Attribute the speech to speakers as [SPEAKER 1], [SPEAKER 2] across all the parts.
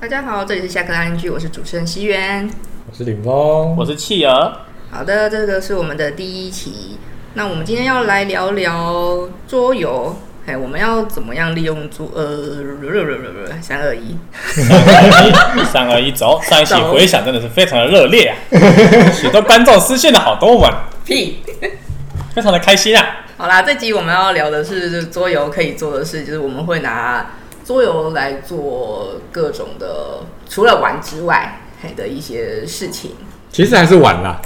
[SPEAKER 1] 大家好，这里是下课拉丁剧，我是主持人西元。
[SPEAKER 2] 我是林峰，
[SPEAKER 3] 我是 企鹅，
[SPEAKER 1] 好的，这个是我们的第一期。那我们今天要来聊聊桌游，哎，我们要怎么样利用桌呃三二一，
[SPEAKER 3] 三二一走。上一期回响真的是非常的热烈啊， 许多观众私信了好多文，
[SPEAKER 1] 屁！
[SPEAKER 3] 非常的开心啊。
[SPEAKER 1] 好啦，这集我们要聊的是桌游可以做的事，就是我们会拿桌游来做各种的，除了玩之外，嘿的一些事情。
[SPEAKER 2] 其实还是晚啦，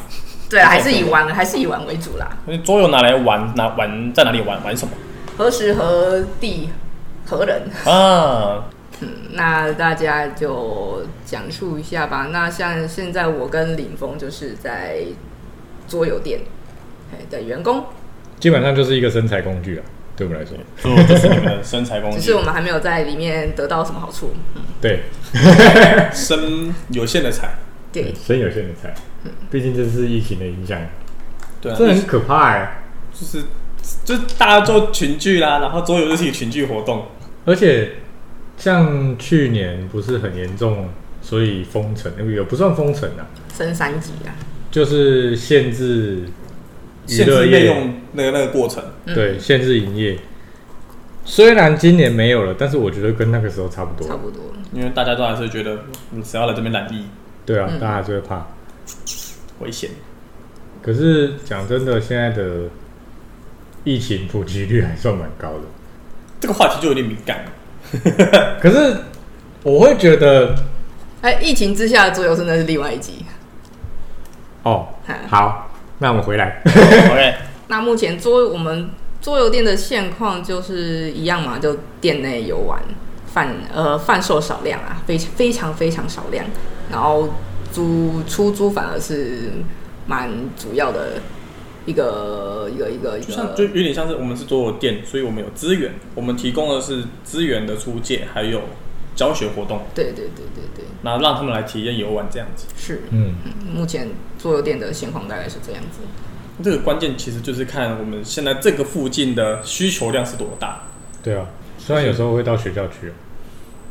[SPEAKER 1] 对啊，还是以玩还是以玩为主啦。
[SPEAKER 3] 那桌游拿来玩，拿玩在哪里玩，玩什么
[SPEAKER 1] 何时何地何人？
[SPEAKER 3] 啊？
[SPEAKER 1] 嗯那大家就讲述一下吧。那像现在我跟林峰就是在桌游店哎的员工，
[SPEAKER 2] 基本上就是一个身材工具啊，对我们来说，
[SPEAKER 3] 桌游就是你们的身材工
[SPEAKER 1] 只
[SPEAKER 3] 具
[SPEAKER 1] 是我，们还没有在里面得到什么好处。
[SPEAKER 2] 对，
[SPEAKER 3] 生有限的财。
[SPEAKER 1] 对，
[SPEAKER 2] 深有限的菜，毕竟这是疫情的影响，
[SPEAKER 3] 对啊，
[SPEAKER 2] 这很可怕哎、
[SPEAKER 3] 就是就是大家做群聚啦，然后桌游就是一个群聚活动。
[SPEAKER 2] 而且像去年不是很严重，所以封城，呃也不算封城啊，
[SPEAKER 1] 升三级啊，
[SPEAKER 2] 就是限制娱
[SPEAKER 3] 限
[SPEAKER 2] 乐
[SPEAKER 3] 制
[SPEAKER 2] 业
[SPEAKER 3] 内用那个那个过程，
[SPEAKER 2] 对，限制营业。虽然今年没有了，但是我觉得跟那个时候差不
[SPEAKER 1] 差
[SPEAKER 2] 多。
[SPEAKER 1] 不多。
[SPEAKER 3] 因为大家都还是觉得，嗯，只要来这边染疫
[SPEAKER 2] 对啊，
[SPEAKER 1] 嗯
[SPEAKER 2] 大家还是会怕。
[SPEAKER 3] 危险。
[SPEAKER 2] 可是讲真的，现在的疫情普及率还算蛮高的。
[SPEAKER 3] 这个话题就有点敏 感，
[SPEAKER 2] 可是我会觉得，
[SPEAKER 1] 哎、疫情之下的桌游真的是另外一集。
[SPEAKER 2] 哦，好，那我们回来。
[SPEAKER 3] OK，
[SPEAKER 1] 那目前桌我们桌游店的现况就是一样嘛，就店内游玩贩呃贩售少量啊，非非常非常少量，然后租出租反而是蛮主要的一个一个一个一
[SPEAKER 3] 就像
[SPEAKER 1] 个，
[SPEAKER 3] 就有点像是我们是做店，所以我们有资源，我们提供的是资源的出借，还有教学活动，
[SPEAKER 1] 对对对对对，
[SPEAKER 3] 那让他们来体验游玩这样子。
[SPEAKER 1] 是
[SPEAKER 2] 嗯，
[SPEAKER 1] 目前桌游店的现况大概是这样子。
[SPEAKER 3] 这个关键其实就是看我们现在这个附近的需求量是多大。
[SPEAKER 2] 对啊，虽然有时候会到学校去，啊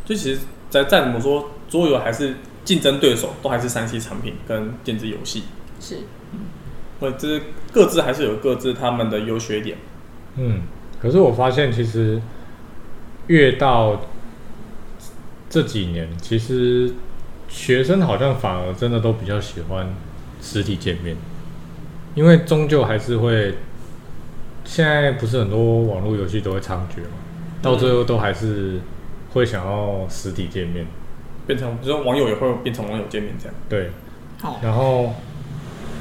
[SPEAKER 3] 就其实再再怎么说，桌游还是竞争对手都还是三 C 产品跟电子游戏，
[SPEAKER 1] 是，
[SPEAKER 3] 或者是各自还是有各自他们的优缺点。
[SPEAKER 2] 嗯，可是我发现其实越到这几年，其实学生好像反而真的都比较喜欢实体见面，因为终究还是会，现在不是很多网络游戏都会猖獗嘛，到最后都还是会想要实体见面，
[SPEAKER 3] 变成就是网友也会变成网友见面这样。
[SPEAKER 2] 对，
[SPEAKER 1] 哦，
[SPEAKER 2] 然后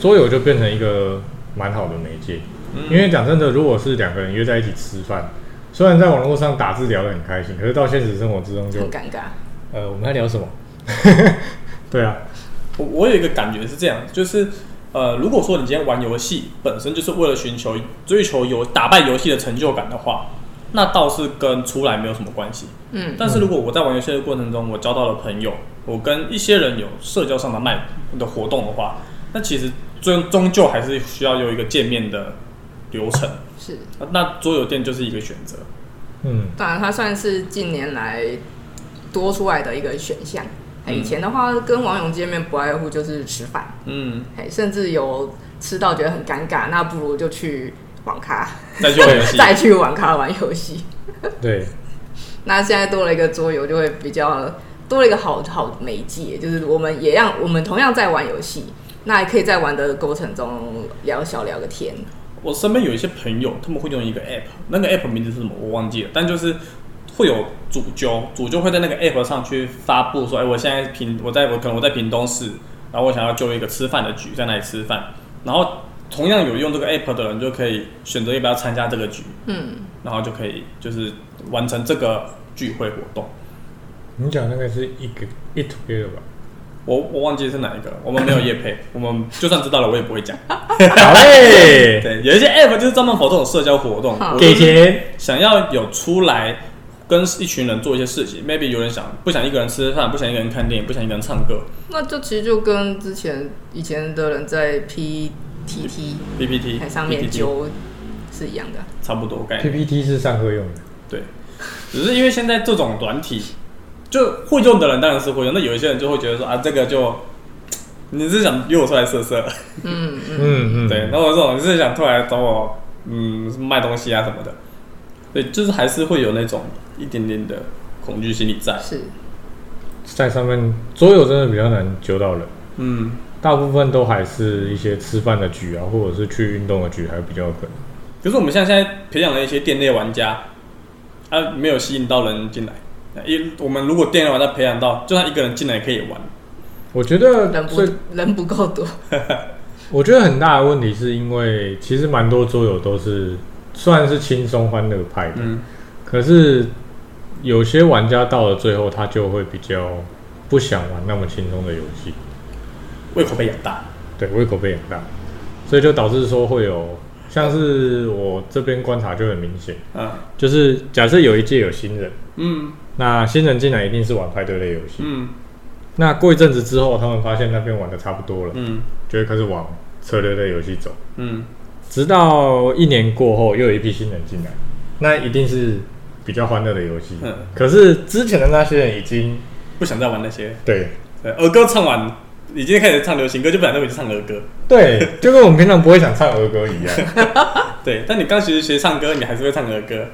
[SPEAKER 2] 桌游就变成一个蛮好的媒介，
[SPEAKER 3] 嗯
[SPEAKER 2] 因为讲真的，如果是两个人约在一起吃饭，虽然在网络上打字聊得很开心，可是到现实生活之中就
[SPEAKER 1] 很尴尬。
[SPEAKER 2] 呃，我们在聊什么？ 对啊，
[SPEAKER 3] 我我有一个感觉是这样，就是呃，如果说你今天玩游戏本身就是为了寻求追求游打败游戏的成就感的话，那倒是跟出来没有什么关系。
[SPEAKER 1] 嗯，
[SPEAKER 3] 但是如果我在玩游戏的过程中，我交到了朋友，我跟一些人有社交上的脉的活动的话，那其实终终究还是需要有一个见面的流程。
[SPEAKER 1] 是，
[SPEAKER 3] 那桌游店就是一个选择，
[SPEAKER 2] 嗯，
[SPEAKER 1] 当然，它算是近年来多出来的一个选项。哎
[SPEAKER 3] 嗯
[SPEAKER 1] 以前的话，跟网友见面不外乎就是吃饭，
[SPEAKER 3] 嗯，
[SPEAKER 1] 哎，甚至有吃到觉得很尴尬，那不如就去网咖，
[SPEAKER 3] 再去玩游戏，
[SPEAKER 1] 再去网咖玩游戏。
[SPEAKER 2] 对，
[SPEAKER 1] 那现在多了一个桌游，就会比较多了一个好好媒介，就是我们也让我们同样在玩游戏，那也可以在玩的过程中聊小聊个天。
[SPEAKER 3] 我身边有一些朋友，他们会用一个 app，那个 app 名字是什么我忘记了，但就是会有主揪，主揪会在那个 app 上去发布说，哎、我现在平我在我可能我在屏东市，然后我想要揪一个吃饭的局，在那里吃饭，然后同样有用这个 app 的人就可以选择要不要参加这个局，
[SPEAKER 1] 嗯，
[SPEAKER 3] 然后就可以就是完成这个聚会活动。
[SPEAKER 2] 你讲那个是一个一 together 吧？
[SPEAKER 3] 我我忘记是哪一个了，我们没有夜 配，我们就算知道了我也不会讲。
[SPEAKER 2] 好嘞，
[SPEAKER 3] 对，有一些 app 就是专门否这种社交活动，
[SPEAKER 1] 好
[SPEAKER 3] 我就
[SPEAKER 2] 给
[SPEAKER 3] 是
[SPEAKER 2] 钱，
[SPEAKER 3] 想要有出来跟一群人做一些事情，maybe 有人想不想一个人吃饭，不想一个人看电影，不想一个人唱歌
[SPEAKER 1] 那就其实就跟之前以前的人在 PTT。
[SPEAKER 3] ，PPT
[SPEAKER 1] 在上面
[SPEAKER 3] PPT
[SPEAKER 1] 揪是一样的。
[SPEAKER 3] 差不多概念。
[SPEAKER 2] PPT 是上课用的，
[SPEAKER 3] 对，只是因为现在这种软体就会用的人当然是会用，那有一些人就会觉得说啊，这个就你是想约我出来色色，
[SPEAKER 1] 嗯嗯，
[SPEAKER 2] 嗯嗯，
[SPEAKER 3] 对，然后我这种就是想突然找我，嗯，卖东西啊什么的，对，就是还是会有那种一点点的恐惧心理在。
[SPEAKER 1] 是
[SPEAKER 2] 在上面桌游真的比较难揪到人，
[SPEAKER 3] 嗯，
[SPEAKER 2] 大部分都还是一些吃饭的局啊，或者是去运动的局，还比较有可能。
[SPEAKER 3] 可是我们现在现在培养了一些店内玩家，啊，没有吸引到人进来。因我们如果店内玩家培养到，就算一个人进来也可以玩，
[SPEAKER 2] 我觉得
[SPEAKER 1] 人不
[SPEAKER 2] 最，
[SPEAKER 1] 人不够多，
[SPEAKER 2] 我觉得很大的问题是因为其实蛮多桌游都是虽然是轻松欢乐派的，
[SPEAKER 3] 嗯，
[SPEAKER 2] 可是有些玩家到了最后，他就会比较不想玩那么轻松的游戏，
[SPEAKER 3] 胃口被养大。
[SPEAKER 2] 对，胃口被养大，所以就导致说会有像是我这边观察就很明显，
[SPEAKER 3] 嗯
[SPEAKER 2] 就是假设有一届有新人，
[SPEAKER 3] 嗯
[SPEAKER 2] 那新人进来一定是玩派对类游戏，
[SPEAKER 3] 嗯
[SPEAKER 2] 那过一阵子之后，他们发现那边玩的差不多了，
[SPEAKER 3] 嗯
[SPEAKER 2] 就会开始往策略类游戏走，
[SPEAKER 3] 嗯，
[SPEAKER 2] 直到一年过后，又有一批新人进来，那一定是比较欢乐的游戏，
[SPEAKER 3] 嗯
[SPEAKER 2] 可是之前的那些人已经
[SPEAKER 3] 不想再玩那些。
[SPEAKER 2] 对。
[SPEAKER 3] 对，儿歌唱完，已经开始唱流行歌，就不想再回去唱儿歌。
[SPEAKER 2] 对，就跟我们平常不会想唱儿歌 一样，
[SPEAKER 3] 对，但你刚学学唱歌，你还是会唱儿歌，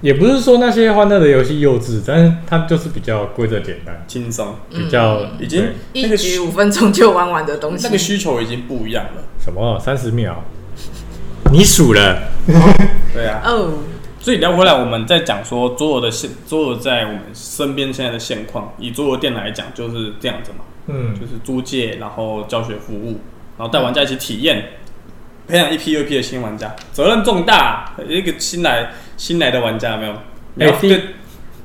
[SPEAKER 2] 也不是说那些欢乐的游戏幼稚，但是它就是比较规则简单，
[SPEAKER 3] 轻松。
[SPEAKER 2] 比较、
[SPEAKER 3] 嗯已经
[SPEAKER 2] 对
[SPEAKER 3] 那
[SPEAKER 1] 一
[SPEAKER 3] 个
[SPEAKER 1] 局
[SPEAKER 3] 需
[SPEAKER 1] 五分钟就玩完的东西，
[SPEAKER 3] 那个需求已经不一样了。
[SPEAKER 2] 什么三十秒，你数了，
[SPEAKER 3] 对啊，
[SPEAKER 1] 哦，
[SPEAKER 3] 所以聊回来，我们在讲说桌游的现，桌游在我们身边现在的现况，以桌游店来讲就是这样子嘛，
[SPEAKER 2] 嗯
[SPEAKER 3] 就是租借，然后教学服务，然后带玩家一起体验，培养一批又一批的新玩家，责任重大。一个新来新来的玩家有没有？你要
[SPEAKER 2] 没
[SPEAKER 3] 对，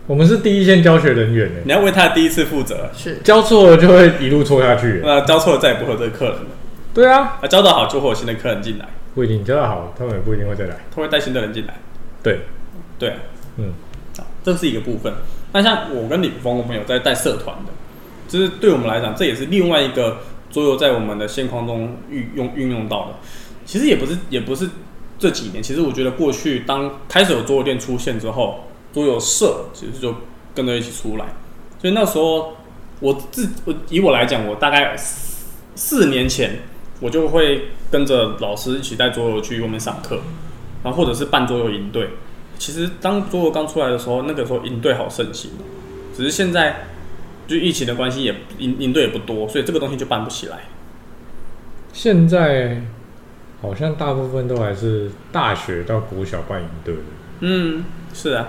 [SPEAKER 2] 我们是第一线教学人员呢，
[SPEAKER 3] 你要为他的第一次负责。
[SPEAKER 1] 是
[SPEAKER 2] 教错了就会一路错下去。欸
[SPEAKER 3] 那教错了再也不会有这个客人了，
[SPEAKER 2] 对啊，
[SPEAKER 3] 啊，教导好就会有新的客人进来，
[SPEAKER 2] 不一定教的好，他们也不一定会再来。
[SPEAKER 3] 他会带新的人进来。
[SPEAKER 2] 对，
[SPEAKER 3] 对啊，
[SPEAKER 2] 嗯，
[SPEAKER 3] 啊这是一个部分。那像我跟李峰，我们有在带社团的，就是对我们来讲，这也是另外一个桌游在我们的现况中运用运用到的。其实也不是也不是这几年，其实我觉得过去当开始有桌游店出现之后，桌游社其实就跟着一起出来。所以那时候我自我以我来讲，我大概四四年前我就会跟着老师一起带桌游去外面上课，然后或者是办桌游营队。其实当桌游刚出来的时候，那个时候营队好盛行哦，只是现在就疫情的关系也营营队也不多，所以这个东西就办不起来。
[SPEAKER 2] 现在好像大部分都还是大学到国小办营队的，
[SPEAKER 3] 嗯，是啊，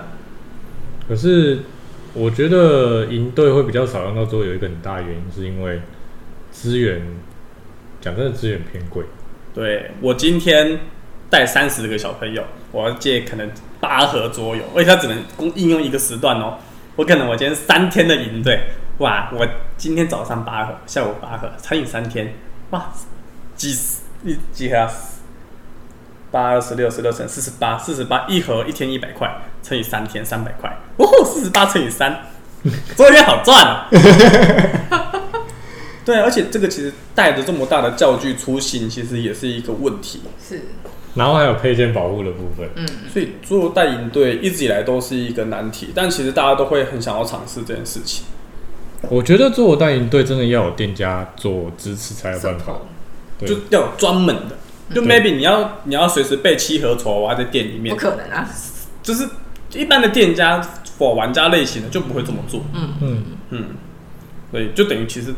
[SPEAKER 2] 可是我觉得营队会比较少用到桌游，有一个很大的原因是因为资源，讲真的资源偏贵。
[SPEAKER 3] 对我今天带三十个小朋友，我要借可能八盒桌游，而且它只能供应用一个时段哦。我可能我今天三天的营队，哇，我今天早上八盒，下午八盒，餐饮三天，哇，几十一几盒、啊？八二十六十六乘四十八，四十八一盒一天一百块，乘以三天三百块，哦吼，四十八乘以三，昨天好赚啊！对，而且这个其实带着这么大的教具出行，其实也是一个问题。
[SPEAKER 1] 是，
[SPEAKER 2] 然后还有配件保护的部分，
[SPEAKER 3] 所以做带营队一直以来都是一个难题，但其实大家都会很想要尝试这件事情。
[SPEAKER 2] 我觉得做代营队真的要有店家做支持才有办法。对
[SPEAKER 3] 就要有专门的。就
[SPEAKER 2] 对
[SPEAKER 3] maybe 你要你要随时备七盒丑娃娃在店里面
[SPEAKER 1] 不，可能啊，
[SPEAKER 3] 就是一般的店家或玩家类型的就不会这么做，
[SPEAKER 2] 嗯，
[SPEAKER 3] 所以就等于其实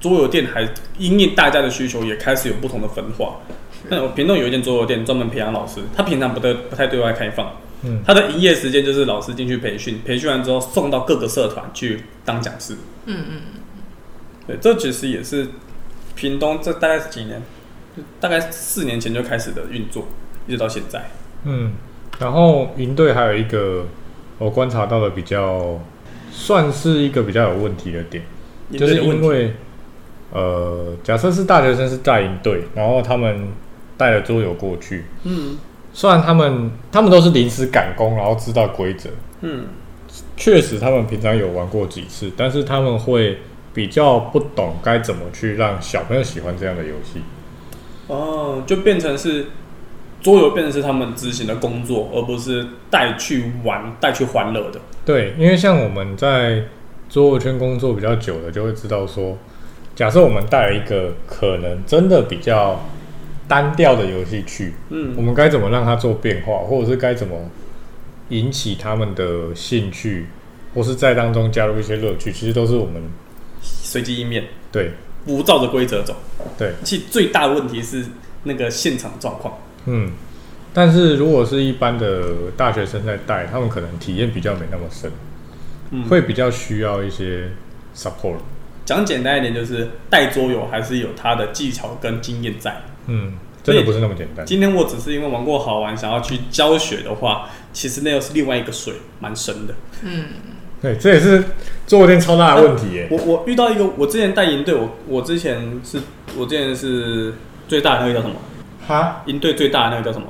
[SPEAKER 3] 桌游店还因应大家的需求也开始有不同的分化。那我屏东有一间桌游店专门培养老师，他平常不对不太对外开放，
[SPEAKER 2] 嗯
[SPEAKER 3] 他的营业时间就是老师进去培训，培训完之后送到各个社团去当讲师。
[SPEAKER 1] 嗯嗯，
[SPEAKER 3] 对，这其实也是屏东这大概是几年，就大概四年前就开始的运作，一直到现在。
[SPEAKER 2] 嗯，然后营队还有一个我观察到的比较，算是一个比较有问题的点，就是
[SPEAKER 3] 有问
[SPEAKER 2] 因
[SPEAKER 3] 题，
[SPEAKER 2] 为呃，假设是大学生是带营队，然后他们带了桌游过去，
[SPEAKER 3] 嗯
[SPEAKER 2] 虽然他们他们都是临时赶工，然后知道规则，
[SPEAKER 3] 嗯，
[SPEAKER 2] 确实他们平常有玩过几次，但是他们会比较不懂该怎么去让小朋友喜欢这样的游戏。
[SPEAKER 3] 哦，就变成是桌游变成是他们执行的工作，而不是带去玩、带去欢乐的。
[SPEAKER 2] 对，因为像我们在桌游圈工作比较久的，就会知道说，假设我们带了一个可能真的比较单调的游戏去，我
[SPEAKER 3] 嗯
[SPEAKER 2] 们该怎么让它做变化，或者是该怎么引起他们的兴趣，或是在当中加入一些乐趣，其实都是我们
[SPEAKER 3] 随机应变，
[SPEAKER 2] 对
[SPEAKER 3] 不照着规则走。
[SPEAKER 2] 对，
[SPEAKER 3] 其实最大的问题是那个现场状况。
[SPEAKER 2] 嗯。但是如果是一般的大学生在带，他们可能体验比较没那么深，
[SPEAKER 3] 嗯
[SPEAKER 2] 会比较需要一些 support。
[SPEAKER 3] 讲简单一点，就是带桌游还是有它的技巧跟经验在。
[SPEAKER 2] 嗯，真的不是那么简单。
[SPEAKER 3] 今天我只是因为玩过好玩，想要去教学的话，其实那又是另外一个水，蛮深的。
[SPEAKER 2] 对，这也是做店超大的问题耶。
[SPEAKER 3] 我我遇到一个，我之前带营队，我我之前是，我之前是最大的那个叫什么？
[SPEAKER 2] 哈，
[SPEAKER 3] 营队最大的那个叫什么？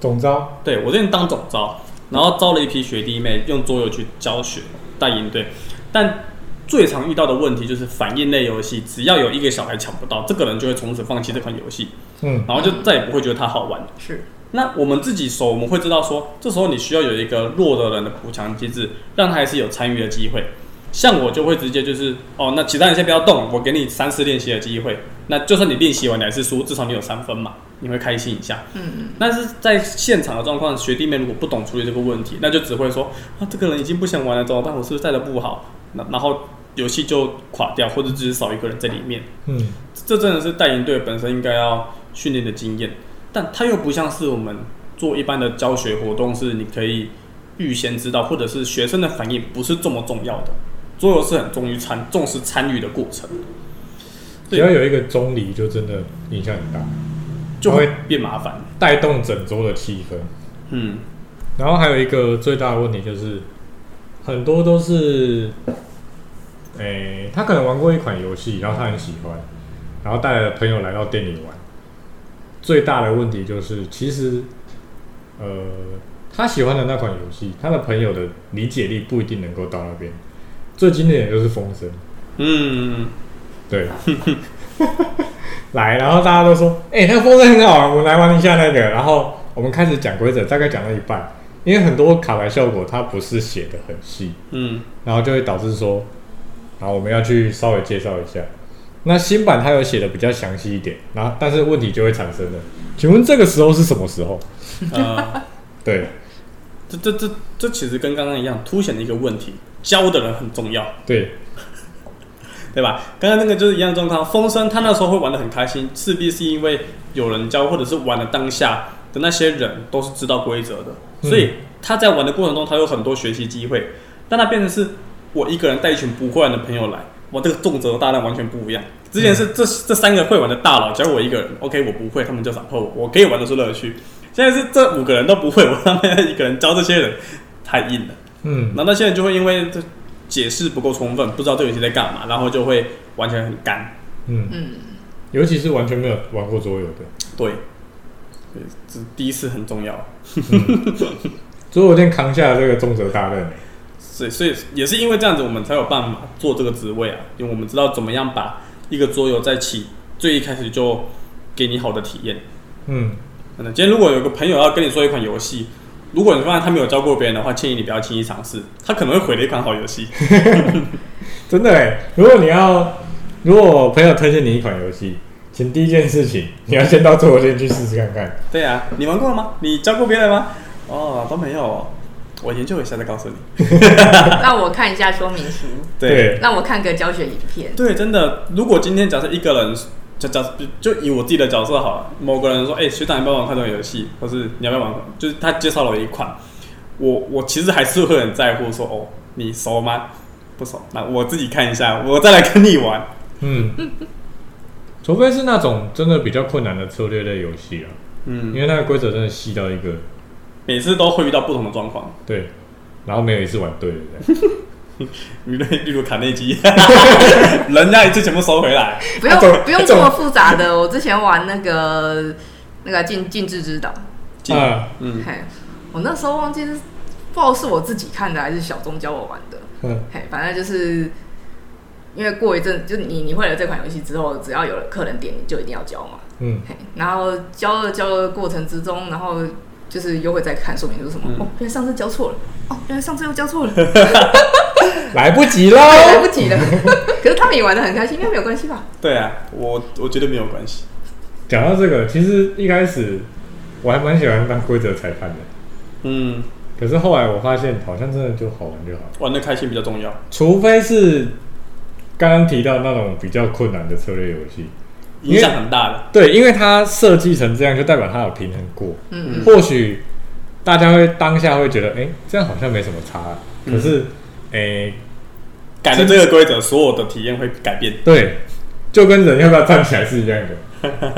[SPEAKER 2] 总招，
[SPEAKER 3] 对我之前当总招，然后招了一批学弟妹，用桌游去教学带营队，但最常遇到的问题就是反应类游戏，只要有一个小孩抢不到，这个人就会从此放弃这款游戏，
[SPEAKER 2] 嗯，
[SPEAKER 3] 然后就再也不会觉得它好玩。
[SPEAKER 1] 是
[SPEAKER 3] 那我们自己手，我们会知道说，这时候你需要有一个弱的人的补强机制，让他还是有参与的机会。像我就会直接就是，哦，那其他人先不要动，我给你三次练习的机会。那就算你练习完你还是输，至少你有三分嘛，你会开心一下。
[SPEAKER 1] 嗯，
[SPEAKER 3] 但是在现场的状况，学弟妹如果不懂处理这个问题，那就只会说，啊，这个人已经不想玩了，怎么办？我是不是带的不好？那然后游戏就垮掉，或者只是少一个人在里面。
[SPEAKER 2] 嗯，
[SPEAKER 3] 这真的是带营队本身应该要训练的经验，但它又不像是我们做一般的教学活动，是你可以预先知道，或者是学生的反应不是这么重要的。桌游是很重于参重视参与的过程，
[SPEAKER 2] 只要有一个中离，就真的影响很大，
[SPEAKER 3] 就
[SPEAKER 2] 会
[SPEAKER 3] 会变麻烦。
[SPEAKER 2] 带动整周的气氛。
[SPEAKER 3] 嗯，
[SPEAKER 2] 然后还有一个最大的问题就是，很多都是，诶、他可能玩过一款游戏，然后他很喜欢，然后带了朋友来到店里玩。最大的问题就是，其实，呃，他喜欢的那款游戏，他的朋友的理解力不一定能够到那边。最经典的就是风声，
[SPEAKER 3] 嗯，
[SPEAKER 2] 对，来，然后大家都说，哎、那个风筝很好玩，我们来玩一下那个。然后我们开始讲规则，大概讲到一半，因为很多卡牌效果它不是写的很细，
[SPEAKER 3] 嗯，
[SPEAKER 2] 然后就会导致说，好，我们要去稍微介绍一下。那新版它有写的比较详细一点，然后但是问题就会产生了。请问这个时候是什么时候？
[SPEAKER 3] 呃，
[SPEAKER 2] 对，
[SPEAKER 3] 这这这这其实跟刚刚一样，凸显了一个问题，教的人很重要。
[SPEAKER 2] 对，
[SPEAKER 3] 对吧？刚刚那个就是一样状况。风声他那时候会玩的很开心，势必是因为有人教，或者是玩的当下的那些人都是知道规则的，
[SPEAKER 2] 嗯
[SPEAKER 3] 所以他在玩的过程中，他有很多学习机会。但他变成是我一个人带一群不会玩的朋友来，哇，这个重责大任完全不一样。之前是这这三个会玩的大佬，只有我一个人，OK，我不会，他们就闪破我，我可以玩的是乐趣。现在是这五个人都不会，我让他们一个人教这些人，太硬了。
[SPEAKER 2] 嗯，
[SPEAKER 3] 那那些人就会因为这解释不够充分，不知道这个游戏在干嘛，然后就会完全很干。
[SPEAKER 2] 嗯嗯，尤其是完全没有玩过桌游的，
[SPEAKER 3] 对，对这第一次很重要，
[SPEAKER 2] 桌游店扛下了这个重责大任、
[SPEAKER 3] 所以所以也是因为这样子，我们才有办法做这个职位啊，因为我们知道怎么样把一个桌游在起最一开始就给你好的体验。
[SPEAKER 2] 嗯，
[SPEAKER 3] 真的，今天如果有个朋友要跟你说一款游戏，如果你发现他没有教过别人的话，建议你不要轻易尝试，他可能会毁了一款好游戏。
[SPEAKER 2] 真的哎，如果你要，如果朋友推荐你一款游戏，请第一件事情你要先到桌游店去试试看看。
[SPEAKER 3] 对啊，你玩过了吗？你教过别人吗？哦，都没有哦，我研究一下再告诉你。
[SPEAKER 1] 让我看一下说明书，让我看个教学影片。
[SPEAKER 3] 对，真的，如果今天假设一个人，就假就以我自己的角色好了，某个人说，哎、学长，你要不要玩看这个游戏？或是你要不要玩？就是他介绍了我一款，我我其实还是会很在乎说，哦，你熟吗？不熟，那我自己看一下，我再来跟你玩。
[SPEAKER 2] 嗯， 除非是那种真的比较困难的策略类游戏啊，因
[SPEAKER 3] 嗯，
[SPEAKER 2] 为那个规则真的细到一个
[SPEAKER 3] 每次都会遇到不同的状况，
[SPEAKER 2] 对，然后没有一次玩对的这样。
[SPEAKER 3] 例如例如卡内 基，人家一次全部收回来。
[SPEAKER 1] 不
[SPEAKER 2] 啊怎么
[SPEAKER 1] 用不用
[SPEAKER 2] 怎
[SPEAKER 1] 这
[SPEAKER 2] 么
[SPEAKER 1] 么复杂的。我之前玩那个那个禁禁制之岛，
[SPEAKER 2] 啊
[SPEAKER 3] 嗯，
[SPEAKER 1] 嘿，我那时候忘记是不知道是我自己看的还是小钟教我玩的，
[SPEAKER 2] 嗯
[SPEAKER 1] 嘿，反正就是因为过一阵，就你你会了这款游戏之后，只要有客人点，你就一定要教嘛，
[SPEAKER 2] 嗯
[SPEAKER 1] 嘿，然后教了教的过程之中，然后。就是又会再看说明书什么、
[SPEAKER 3] 嗯
[SPEAKER 1] 哦，原来上次教错了，哦，原来上次又教错了，
[SPEAKER 2] 来不及喽。
[SPEAKER 1] 来不及了。 可是他们也玩的很开心，应该没有关系吧？
[SPEAKER 3] 对啊，我我觉得没有关系。
[SPEAKER 2] 讲到这个，其实一开始我还蛮喜欢当规则裁判的，
[SPEAKER 3] 嗯，
[SPEAKER 2] 可是后来我发现，好像真的就好玩就好，
[SPEAKER 3] 玩的开心比较重要。
[SPEAKER 2] 除非是刚刚提到那种比较困难的策略游戏。因为
[SPEAKER 3] 影响很大的。
[SPEAKER 2] 对，因为它设计成这样，就代表它有平衡过。
[SPEAKER 1] 嗯
[SPEAKER 2] 或许大家会当下会觉得，哎、这样好像没什么差、啊可是，哎、
[SPEAKER 3] 改了这个规则，所有的体验会改变。
[SPEAKER 2] 对，就跟人要不要站起来是一样的。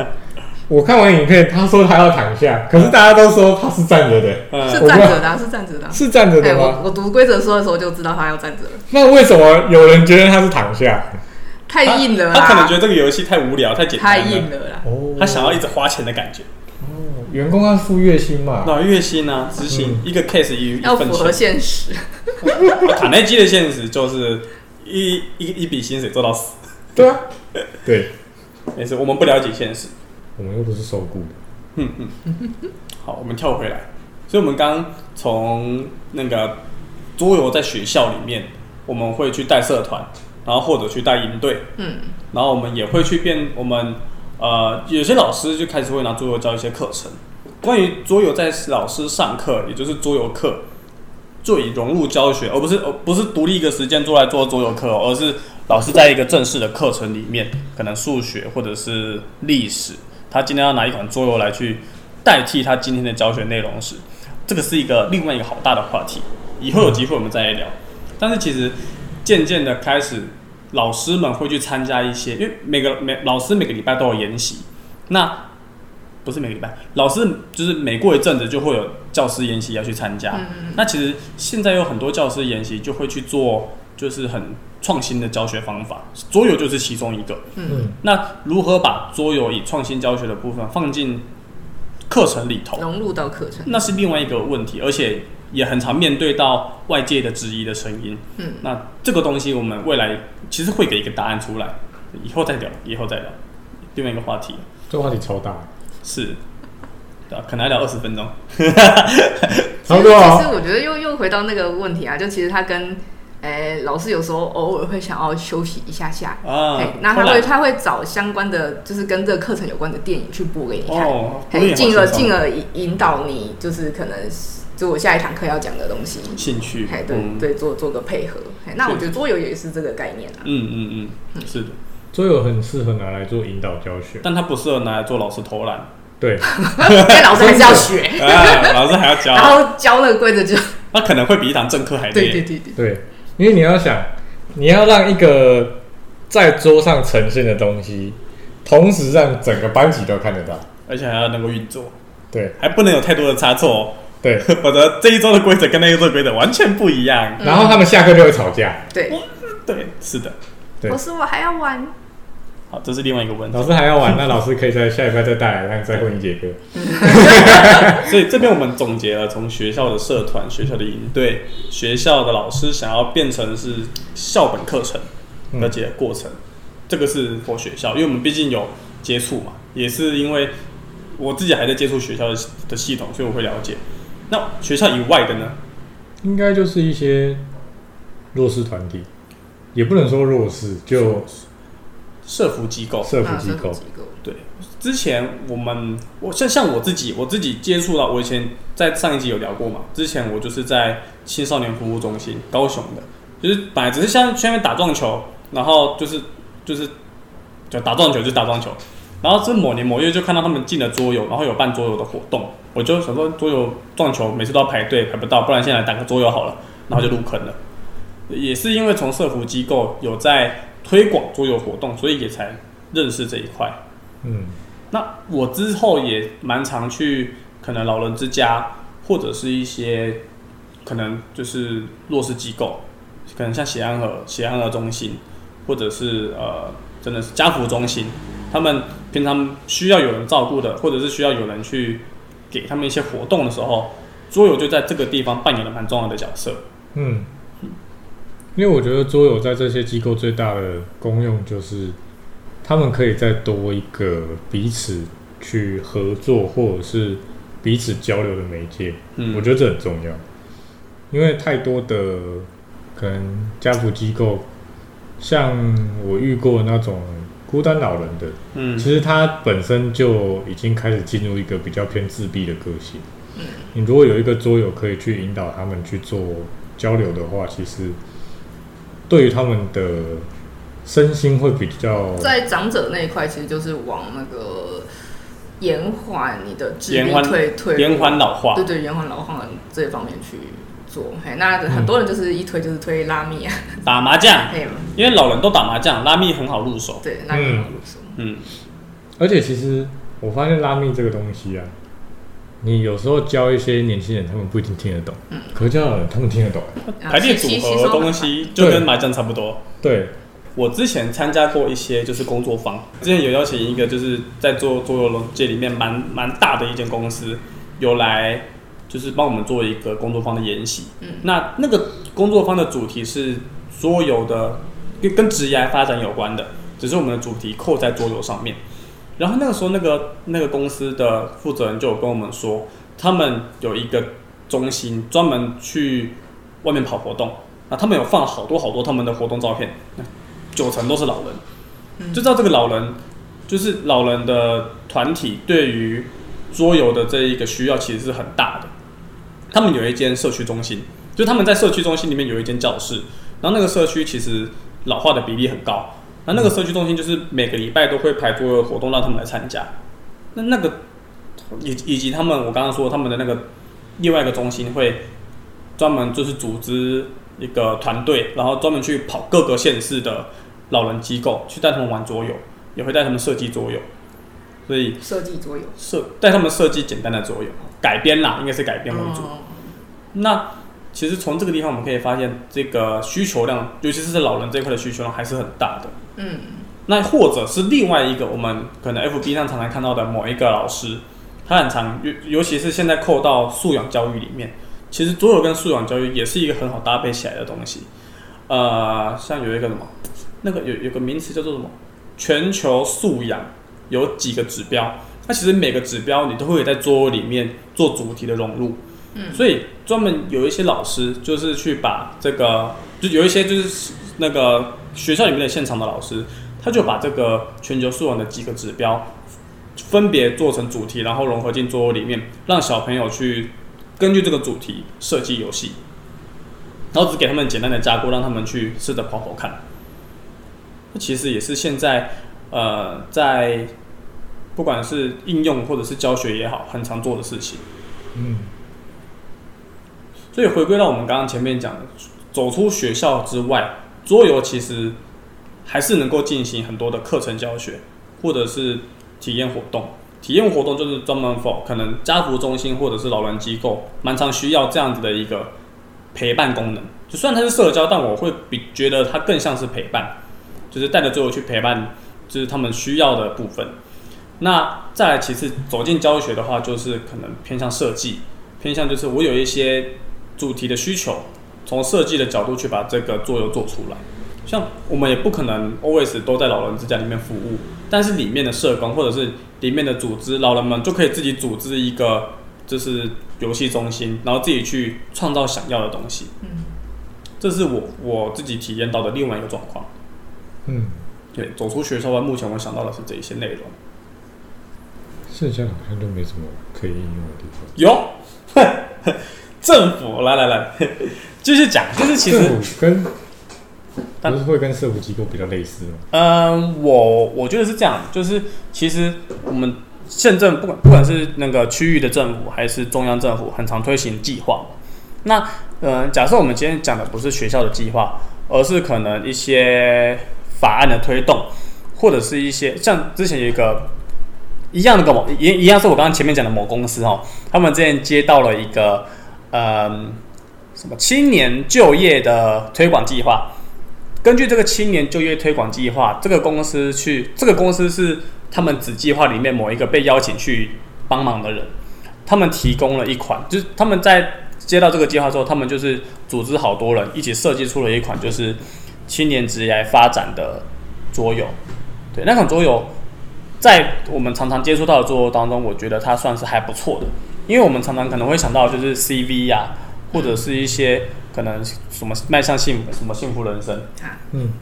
[SPEAKER 2] 我看完影片，他说他要躺下，可是大家都说他是站着的，
[SPEAKER 1] 嗯，是
[SPEAKER 3] 呃
[SPEAKER 2] 我不知道
[SPEAKER 1] 站着的啊、是站着的啊、
[SPEAKER 2] 是站着
[SPEAKER 1] 哎、
[SPEAKER 2] 的
[SPEAKER 1] 我
[SPEAKER 2] 吗？
[SPEAKER 1] 我读规则书的时候就知道他要站着了，
[SPEAKER 2] 那为什么有人觉得他是躺下？
[SPEAKER 1] 太硬了啦，
[SPEAKER 3] 他可能觉得这个游戏太无聊、太简单
[SPEAKER 1] 太
[SPEAKER 3] 了
[SPEAKER 1] 硬，了啦。
[SPEAKER 2] 哦
[SPEAKER 3] 他想要一直花钱的感觉。
[SPEAKER 2] 员工要付月薪嘛？
[SPEAKER 3] 那月薪呢？执行一个 case 一一
[SPEAKER 1] 要
[SPEAKER 3] 份
[SPEAKER 1] 符合
[SPEAKER 3] 钱。
[SPEAKER 1] 现实，
[SPEAKER 3] 卡耐基的现实就是一一一笔薪水做到死。
[SPEAKER 2] 对啊，对，
[SPEAKER 3] 没事，我们不了解现实。
[SPEAKER 2] 我们又不是受雇的，
[SPEAKER 3] 好，我们跳回来。所以，我们刚从那个桌游在学校里面，我们会去带社团，然后或者去带营队，
[SPEAKER 1] 嗯，
[SPEAKER 3] 然后我们也会去变我们呃，有些老师就开始会拿桌游教一些课程。关于桌游在老师上课，也就是桌游课，就以融入教学，而不是而不是独立一个时间做来做桌游课、哦，而是老师在一个正式的课程里面，可能数学或者是历史，他今天要拿一款桌游来去代替他今天的教学内容时，这个是一个另外一个好大的话题，以后有机会我们再来聊。但是其实渐渐的开始，老师们会去参加一些，因为每个每老师每个礼拜都有研习，那不是每个礼拜，老师就是每过一阵子就会有教师研习要去参加。那其实现在有很多教师研习就会去做，就是很创新的教学方法，桌游就是其中一个。
[SPEAKER 2] 嗯，
[SPEAKER 3] 那如何把桌游以创新教学的部分放进课程里头？
[SPEAKER 1] 融入到课程。
[SPEAKER 3] 那是另外一个问题，而且也很常面对到外界的质疑的声音。
[SPEAKER 1] 嗯，
[SPEAKER 3] 那这个东西我们未来其实会给一个答案出来，以后再聊，以后再聊，另外一个话题
[SPEAKER 2] 这话题超大，
[SPEAKER 3] 是，对啊，可能要聊二十分钟。
[SPEAKER 1] 其
[SPEAKER 2] 差
[SPEAKER 1] 实
[SPEAKER 2] 不多
[SPEAKER 1] 其实
[SPEAKER 2] 哦。
[SPEAKER 1] 我觉得又又回到那个问题啊，就其实他跟诶、老师有时候偶尔会想要休息一下下。
[SPEAKER 3] 啊
[SPEAKER 1] 哎，那他
[SPEAKER 3] 后来
[SPEAKER 1] 会他会找相关的，就是跟这个课程有关的电影去播给你看，
[SPEAKER 3] 哦
[SPEAKER 1] 哎
[SPEAKER 3] 播电影好
[SPEAKER 1] 进而
[SPEAKER 3] 轻松
[SPEAKER 1] 进而引引导你，就是可能是就我下一堂课要讲的东西，
[SPEAKER 3] 兴趣
[SPEAKER 1] 哎，，对、
[SPEAKER 3] 嗯，
[SPEAKER 1] 对，做做个配合。哎，那我
[SPEAKER 3] 是
[SPEAKER 1] 觉得桌游也是这个概念 啊，
[SPEAKER 3] 嗯嗯嗯，是的，
[SPEAKER 2] 桌游很适合拿来做引导教学，
[SPEAKER 3] 但它不适合拿来做老师 偷懒啊，
[SPEAKER 2] 对，
[SPEAKER 1] 但老师还是要学，
[SPEAKER 3] 老师还要
[SPEAKER 1] 然
[SPEAKER 3] 教，
[SPEAKER 1] 后教那个规则就
[SPEAKER 3] 那可能会比一堂正课还累。
[SPEAKER 1] 对对对对，
[SPEAKER 2] 对，因为你要想，你要让一个在桌上呈现的东西，同时让整个班级都看得到。
[SPEAKER 3] 而且还要能够运作，
[SPEAKER 2] 对
[SPEAKER 3] 还不能有太多的差错哦。
[SPEAKER 2] 对，
[SPEAKER 3] 否则这一周的规则跟那一周的规则完全不一样。
[SPEAKER 2] 然后他们下课就会吵架，
[SPEAKER 1] 对，
[SPEAKER 3] 对，是的。
[SPEAKER 2] 对
[SPEAKER 1] 老师我还要玩，
[SPEAKER 3] 好，这是另外一个问 题
[SPEAKER 2] 老。师还要玩，那老师可以在下礼拜再带来，让再混一节课。
[SPEAKER 3] 所以这边我们总结了，从学校的社团、学校的营队、学校的老师想要变成是校本课程
[SPEAKER 2] 嗯
[SPEAKER 3] 的这个过程，这个是我学校，因为我们毕竟有接触嘛，也是因为我自己还在接触学校的的系统，所以我会了解。那学校以外的呢？
[SPEAKER 2] 应该就是一些弱势团体，也不能说弱势，就
[SPEAKER 3] 社服机构，
[SPEAKER 2] 社
[SPEAKER 1] 啊
[SPEAKER 2] 福机
[SPEAKER 1] 社
[SPEAKER 2] 构
[SPEAKER 1] 福。机构，
[SPEAKER 3] 对，之前我们我像像我自己，我自己接触到，我以前在上一集有聊过嘛。之前我就是在青少年服务中心，高雄的，就是本来只是像去那边打撞球，然后就是就是就打撞球就打撞球，然后是某年某月就看到他们进了桌游，然后有办桌游的活动，我就想说桌游撞球每次都要排队排不到，不然现在来打个桌游好了，然后就入坑了。也是因为从社服机构有在推广桌游活动，所以也才认识这一块。
[SPEAKER 2] 嗯，
[SPEAKER 3] 那我之后也蛮常去，可能老人之家，或者是一些可能就是弱势机构，可能像协安和协安和中心，或者是呃，真的是家福中心，他们平常需要有人照顾的，或者是需要有人去给他们一些活动的时候，桌游就在这个地方扮演了蛮重要的角色。
[SPEAKER 2] 嗯，因为我觉得桌游在这些机构最大的功用就是，他们可以再多一个彼此去合作或者是彼此交流的媒介，
[SPEAKER 3] 嗯，
[SPEAKER 2] 我觉得这很重要，因为太多的可能家福机构，像我遇过那种孤单老人的，
[SPEAKER 3] 嗯，
[SPEAKER 2] 其实他本身就已经开始进入一个比较偏自闭的个性。你如果有一个桌友可以去引导他们去做交流的话，其实对于他们的身心会比较
[SPEAKER 1] 在长者那一块，其实就是往那个延缓你的智
[SPEAKER 3] 延
[SPEAKER 1] 力
[SPEAKER 3] 缓
[SPEAKER 1] 退退
[SPEAKER 3] 延缓老化
[SPEAKER 1] 对，对，延缓老化这方面去做。嘿，那
[SPEAKER 3] 嗯
[SPEAKER 1] 很多人就是一推就是推拉米 啊，
[SPEAKER 3] 打麻将，
[SPEAKER 1] 嘿，
[SPEAKER 3] 因为老人都打麻将，拉密很好入手。
[SPEAKER 1] 对，拉米好入手。
[SPEAKER 3] 嗯，
[SPEAKER 2] 而且其实我发现拉密这个东西啊，你有时候教一些年轻人，他们不一定听得懂，
[SPEAKER 1] 嗯
[SPEAKER 2] 可是教老人他们听得懂。
[SPEAKER 1] 啊
[SPEAKER 3] 排列组
[SPEAKER 1] 吸吸收
[SPEAKER 3] 合
[SPEAKER 1] 很
[SPEAKER 3] 的东
[SPEAKER 1] 快
[SPEAKER 3] 西就跟麻将差不多。
[SPEAKER 2] 对，
[SPEAKER 3] 我之前参加过一些就是工作坊，之前有邀请一个就是在做桌游界里面蛮蛮大的一间公司，有来就是帮我们做一个工作坊的研习。
[SPEAKER 1] 嗯
[SPEAKER 3] 那那个工作坊的主题是桌游的跟跟职业发展有关的，只是我们的主题扣在桌游上面。然后那个时候，那个那个公司的负责人就有跟我们说，他们有一个中心专门去外面跑活动，那他们有放好多好多他们的活动照片，九成都是老人，
[SPEAKER 1] 嗯
[SPEAKER 3] 就知道这个老人就是老人的团体对于桌游的这一个需要其实是很大的。他们有一间社区中心，就他们在社区中心里面有一间教室，然后那个社区其实老化的比例很高，那那个社区中心就是每个礼拜都会排桌游活动让他们来参加，那那个以以及他们我刚刚说他们的那个另外一个中心会专门就是组织一个团队，然后专门去跑各个县市的老人机构去带他们玩桌游，也会带他们设计桌游，所以
[SPEAKER 1] 设计桌游，
[SPEAKER 3] 设带他们设计简单的桌游，改编啦，应该是改编为主。
[SPEAKER 1] 哦
[SPEAKER 3] 那其实从这个地方我们可以发现，这个需求量，尤其是在老人这一块的需求量还是很大的。
[SPEAKER 1] 嗯，
[SPEAKER 3] 那或者是另外一个我们可能 FB 上常常看到的某一个老师，他很常尤尤其是现在扣到素养教育里面，其实桌游跟素养教育也是一个很好搭配起来的东西。呃，像有一个什么，那个有有个名词叫做什么？全球素养有几个指标？那其实每个指标你都会在桌游里面做主题的融入。
[SPEAKER 1] 嗯
[SPEAKER 3] 所以专门有一些老师就是去把这个，就有一些就是那个学校里面的现场的老师，他就把这个全球素养的几个指标分别做成主题，然后融合进桌游里面，让小朋友去根据这个主题设计游戏，然后只给他们简单的架构，让他们去试着跑跑看。那其实也是现在呃在不管是应用或者是教学也好，很常做的事情。
[SPEAKER 2] 嗯，
[SPEAKER 3] 所以回归到我们刚刚前面讲的，走出学校之外，桌游其实还是能够进行很多的课程教学，或者是体验活动。体验活动就是专门 for 可能家福中心或者是老人机构，蛮常需要这样子的一个陪伴功能。就虽然它是社交，但我会比觉得它更像是陪伴，就是带着桌游去陪伴，就是他们需要的部分。那再来，其次走进教学的话，就是可能偏向设计，偏向就是我有一些主题的需求，从设计的角度去把这个桌游做出来。像我们也不可能 always 都在老人之家里面服务，但是里面的社工或者是里面的组织，老人们就可以自己组织一个就是游戏中心，然后自己去创造想要的东西。
[SPEAKER 1] 嗯，
[SPEAKER 3] 这是我我自己体验到的另外一个状况。
[SPEAKER 2] 嗯，
[SPEAKER 3] 对，走出学校外，目前我想到的是这一些内容。
[SPEAKER 2] 剩下好像都没什么可以应用的地方。
[SPEAKER 3] 有， 政府来来来，继续讲，就是其实
[SPEAKER 2] 政府跟
[SPEAKER 3] 但
[SPEAKER 2] 不是会跟社福机构比较类似吗？
[SPEAKER 3] 嗯，我我觉得是这样，就是其实我们县政不管不管是那个区域的政府还是中央政府，很常推行计划。那嗯、呃假设我们今天讲的不是学校的计划，而是可能一些法案的推动，或者是一些像之前有一个一样的个某一一样是我刚刚前面讲的某公司哦，他们之前接到了一个嗯什么青年就业的推广计划，根据这个青年就业推广计划，这个公司去，这个公司是他们子计划里面某一个被邀请去帮忙的人，他们提供了一款，就是他们在接到这个计划之后，他们就是组织好多人一起设计出了一款就是青年职业发展的桌游。对，那款桌游在我们常常接触到的桌游当中，我觉得它算是还不错的，因为我们常常可能会想到就是 CV 啊呀、或者是一些可能什么迈向幸福什么幸福人生，
[SPEAKER 1] 啊
[SPEAKER 2] 嗯，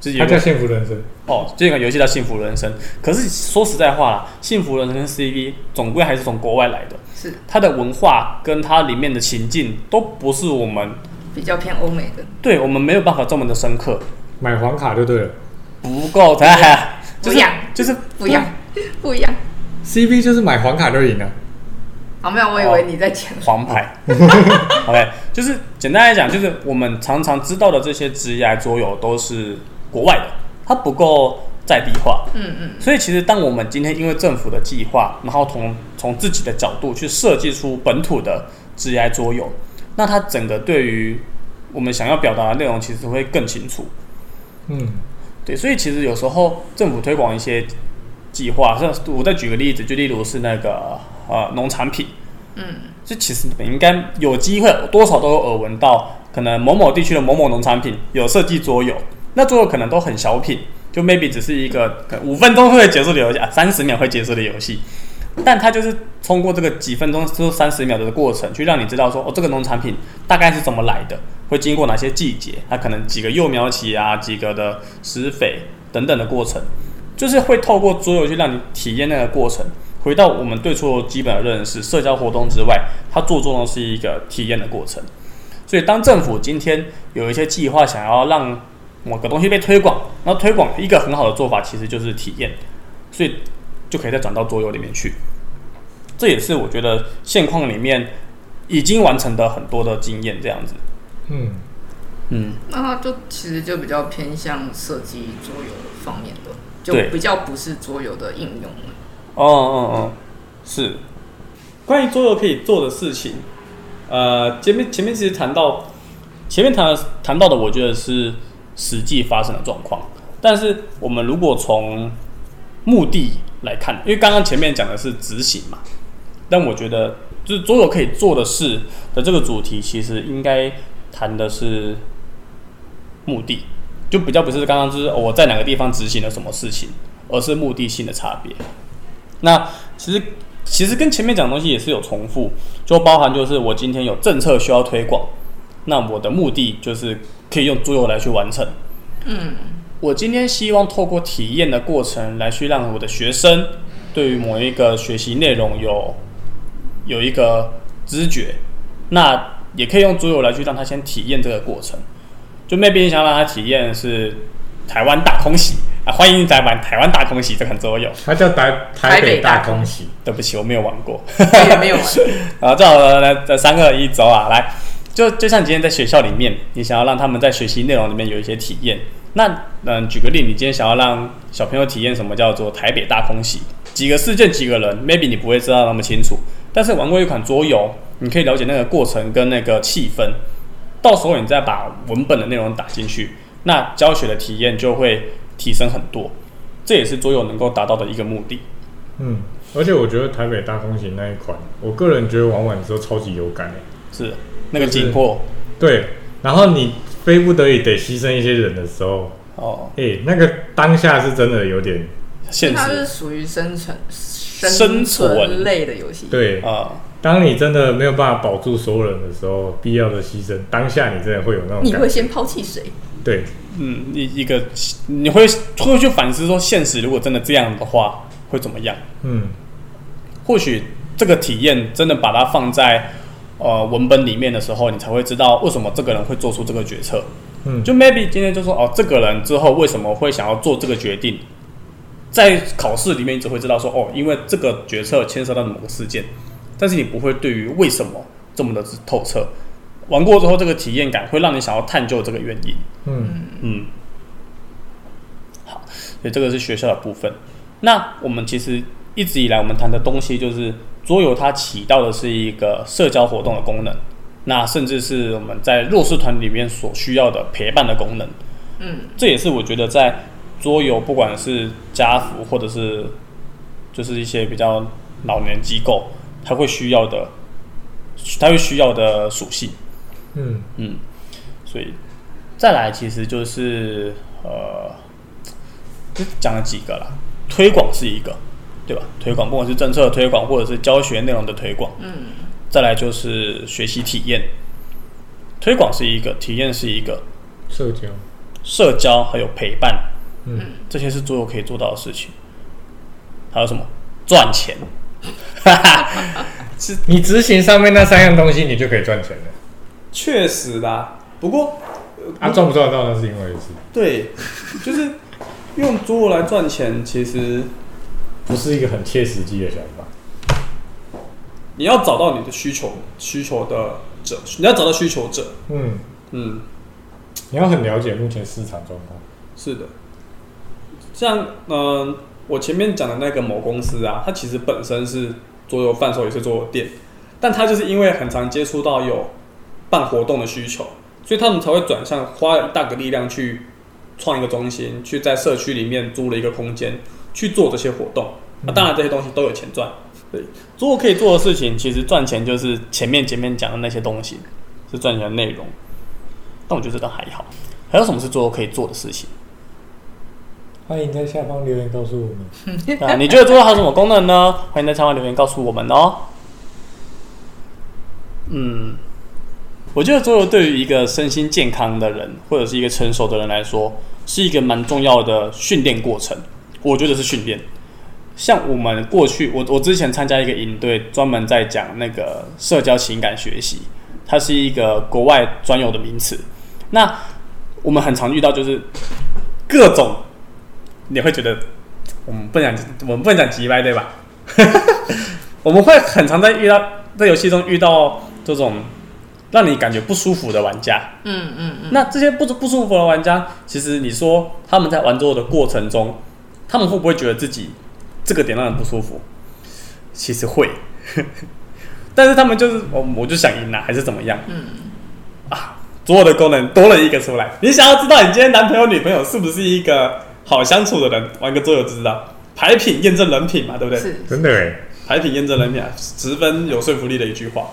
[SPEAKER 3] 就是有
[SPEAKER 2] 它
[SPEAKER 3] 一
[SPEAKER 2] 叫
[SPEAKER 3] 个
[SPEAKER 2] 幸福人生，
[SPEAKER 3] 哦，这个游戏叫幸福人生。可是说实在话啦，幸福人生 CV 总归还是从国外来的，
[SPEAKER 1] 是
[SPEAKER 3] 它的文化跟它里面的情境都不是我们
[SPEAKER 1] 比较偏欧美的，
[SPEAKER 3] 对我们没有办法这么的深刻，
[SPEAKER 2] 买黄卡就对了。
[SPEAKER 3] 不够才
[SPEAKER 1] 不
[SPEAKER 3] 就是
[SPEAKER 1] 一样
[SPEAKER 3] 就是
[SPEAKER 1] 不一样， 不一样。
[SPEAKER 2] CV 就是买黄卡就赢了，
[SPEAKER 1] 好，没有，我以
[SPEAKER 3] 哦
[SPEAKER 1] 为你在讲
[SPEAKER 3] 黄牌。OK，就是简单来讲，就是我们常常知道的这些职业桌游都是国外的，它不够在地化。
[SPEAKER 1] 嗯嗯，
[SPEAKER 3] 所以其实当我们今天因为政府的计划，然后从从自己的角度去设计出本土的职业桌游，那它整个对于我们想要表达的内容其实会更清楚。
[SPEAKER 2] 嗯，
[SPEAKER 3] 对，所以其实有时候政府推广一些计划，像我再举个例子，就例如是那个呃农产品，嗯，这其实你应该有机会多少都有耳闻到，可能某某地区的某某农产品有设计桌游，那桌游可能都很小品，就 maybe 只是一个可能五分钟会结束的游戏啊，三十秒会结束的游戏。但它就是通过这个几分钟至三十秒的过程，去让你知道说，哦，这个农产品大概是怎么来的，会经过哪些季节，它可能几个幼苗期啊，几个的施肥等等的过程，就是会透过桌游去让你体验那个过程。回到我们对桌游基本的认识，社交活动之外，它做作用是一个体验的过程。所以，当政府今天有一些计划想要让某个东西被推广，然后推广一个很好的做法，其实就是体验，所以就可以再转到桌游里面去。这也是我觉得现况里面已经完成的很多的经验这样子。
[SPEAKER 2] 嗯，
[SPEAKER 3] 嗯，
[SPEAKER 1] 那它就其实就比较偏向设计桌游方面的，就
[SPEAKER 3] 对
[SPEAKER 1] 比较不是桌游的应用了。
[SPEAKER 3] 哦哦哦，是。关于桌游可以做的事情，呃，前面前面其实谈到，前面谈谈到的，我觉得是实际发生的状况。但是我们如果从目的来看，因为刚刚前面讲的是执行嘛，但我觉得就是桌游可以做的事的这个主题，其实应该谈的是目的，就比较不是刚刚就是、哦我在哪个地方执行了什么事情，而是目的性的差别。那其实其实跟前面讲的东西也是有重复，就包含就是我今天有政策需要推广，那我的目的就是可以用桌游来去完成。
[SPEAKER 1] 嗯，
[SPEAKER 3] 我今天希望透过体验的过程来去让我的学生对于某一个学习内容有有一个知觉，那也可以用桌游来去让他先体验这个过程。就 maybe 你想让他体验是台湾大空袭啊，欢迎来玩台湾大空袭这款桌游。
[SPEAKER 2] 它叫台台
[SPEAKER 1] 台北
[SPEAKER 2] 北大
[SPEAKER 1] 大空
[SPEAKER 2] 空袭，
[SPEAKER 3] 对不起，我没有玩过。
[SPEAKER 1] 我也没有玩。
[SPEAKER 3] 啊，最好来来三二一走啊，来，就就像今天在学校里面，你想要让他们在学习内容里面有一些体验。那嗯，举个例，你今天想要让小朋友体验什么叫做台北大空袭，几个事件几个人，maybe 你不会知道那么清楚，但是玩过一款桌游，你可以了解那个过程跟那个气氛。到时候你再把文本的内容打进去，那教学的体验就会提升很多。这也是桌游能够达到的一个目的。
[SPEAKER 2] 嗯，而且我觉得台北大空袭那一款，我个人觉得玩完之后超级有感、欸、
[SPEAKER 3] 是那个
[SPEAKER 2] 就是
[SPEAKER 3] 紧迫
[SPEAKER 2] 对，然后你非不得已得牺牲一些人的时候，
[SPEAKER 3] 哦，
[SPEAKER 2] 哎、那个当下是真的有点
[SPEAKER 3] 现
[SPEAKER 1] 它
[SPEAKER 3] 实
[SPEAKER 1] 是属于生存
[SPEAKER 3] 生
[SPEAKER 1] 生
[SPEAKER 3] 存
[SPEAKER 1] 存类的游戏。，
[SPEAKER 2] 对。
[SPEAKER 3] 啊。
[SPEAKER 2] 当你真的没有办法保住所有人的时候，必要的牺牲，当下你真的会有那种
[SPEAKER 1] 你
[SPEAKER 2] 感
[SPEAKER 1] 会
[SPEAKER 2] 觉。
[SPEAKER 1] 先抛弃谁？
[SPEAKER 2] 对，
[SPEAKER 3] 嗯，一一个你会会去反思说，现实如果真的这样的话，会怎么样？
[SPEAKER 2] 嗯，
[SPEAKER 3] 或许这个体验真的把它放在呃文本里面的时候，你才会知道为什么这个人会做出这个决策。
[SPEAKER 2] 嗯
[SPEAKER 3] 就 maybe 今天就说哦，这个人之后为什么会想要做这个决定？在考试里面，你只会知道说哦，因为这个决策牵涉到某个事件，但是你不会对于为什么这么的透彻。玩过之后，这个体验感会让你想要探究这个原因。
[SPEAKER 2] 嗯，
[SPEAKER 3] 嗯，好，所以这个是学校的部分。那我们其实一直以来我们谈的东西就是桌游，它起到的是一个社交活动的功能，那甚至是我们在弱势团里面所需要的陪伴的功能。
[SPEAKER 1] 嗯，
[SPEAKER 3] 这也是我觉得在桌游，不管是家福或者是就是一些比较老年机构，它会需要的，它会需要的属性。
[SPEAKER 2] 嗯，
[SPEAKER 3] 嗯，所以再来其实就是呃，就讲了几个啦，推广是一个，对吧？推广不管是政策的推广，或者是教学内容的推广，嗯，再来就是学习体验，推广是一个，体验是一个，
[SPEAKER 2] 社交，
[SPEAKER 3] 社交还有陪伴，
[SPEAKER 2] 嗯，
[SPEAKER 3] 这些是桌游可以做到的事情。还有什么赚钱？
[SPEAKER 2] 你执行上面那三样东西，你就可以赚钱了。
[SPEAKER 3] 确实啦，不过
[SPEAKER 2] 啊，赚不赚得到那是另外一回事，
[SPEAKER 3] 对，就是用桌游来赚钱，其实
[SPEAKER 2] 不是一个很切实际的想法。
[SPEAKER 3] 你要找到你的需求需求的者，你要找到需求者。
[SPEAKER 2] 嗯，
[SPEAKER 3] 嗯，
[SPEAKER 2] 你要很了解目前市场状况。
[SPEAKER 3] 是的。像嗯、呃我前面讲的那个某公司啊，它其实本身是桌游贩售，也是桌游店，但它就是因为很常接触到有办活动的需求，所以他们才会转向花一大个力量去创一个中心，去在社区里面租了一个空间去做这些活动。那、当然这些东西都有钱赚。对，如果可以做的事情，其实赚钱就是前面前面讲的那些东西，是赚钱的内容。但我觉得这个还好。还有什么是桌游可以做的事情？
[SPEAKER 2] 欢迎在下方留言告诉我们。
[SPEAKER 3] 啊，你觉得桌游还有什么功能呢？欢迎在下方留言告诉我们哦。嗯，我觉得桌游对于一个身心健康的人，或者是一个成熟的人来说，是一个蛮重要的训练过程。我觉得是训练。像我们过去，我我之前参加一个营队，专门在讲那个社交情感学习，它是一个国外专有的名词。那我们很常遇到就是各种，你会觉得我们不能讲，我们不能讲急歪，对吧？我们会很常在遇到在游戏中遇到这种让你感觉不舒服的玩家。
[SPEAKER 1] 嗯嗯嗯，
[SPEAKER 3] 那这些不不舒服的玩家，其实你说他们在玩桌游的过程中，他们会不会觉得自己这个点让人不舒服？其实会， 但是他们就是我我就想赢了、还是怎么样？嗯，啊，桌游的功能多了一个出来，你想要知道你今天男朋友女朋友是不是一个好相处的人，玩个桌游就知道。牌品验证人品嘛，对不对？
[SPEAKER 1] 是
[SPEAKER 2] 真的哎，
[SPEAKER 3] 牌品验证人品啊，十分有说服力的一句话。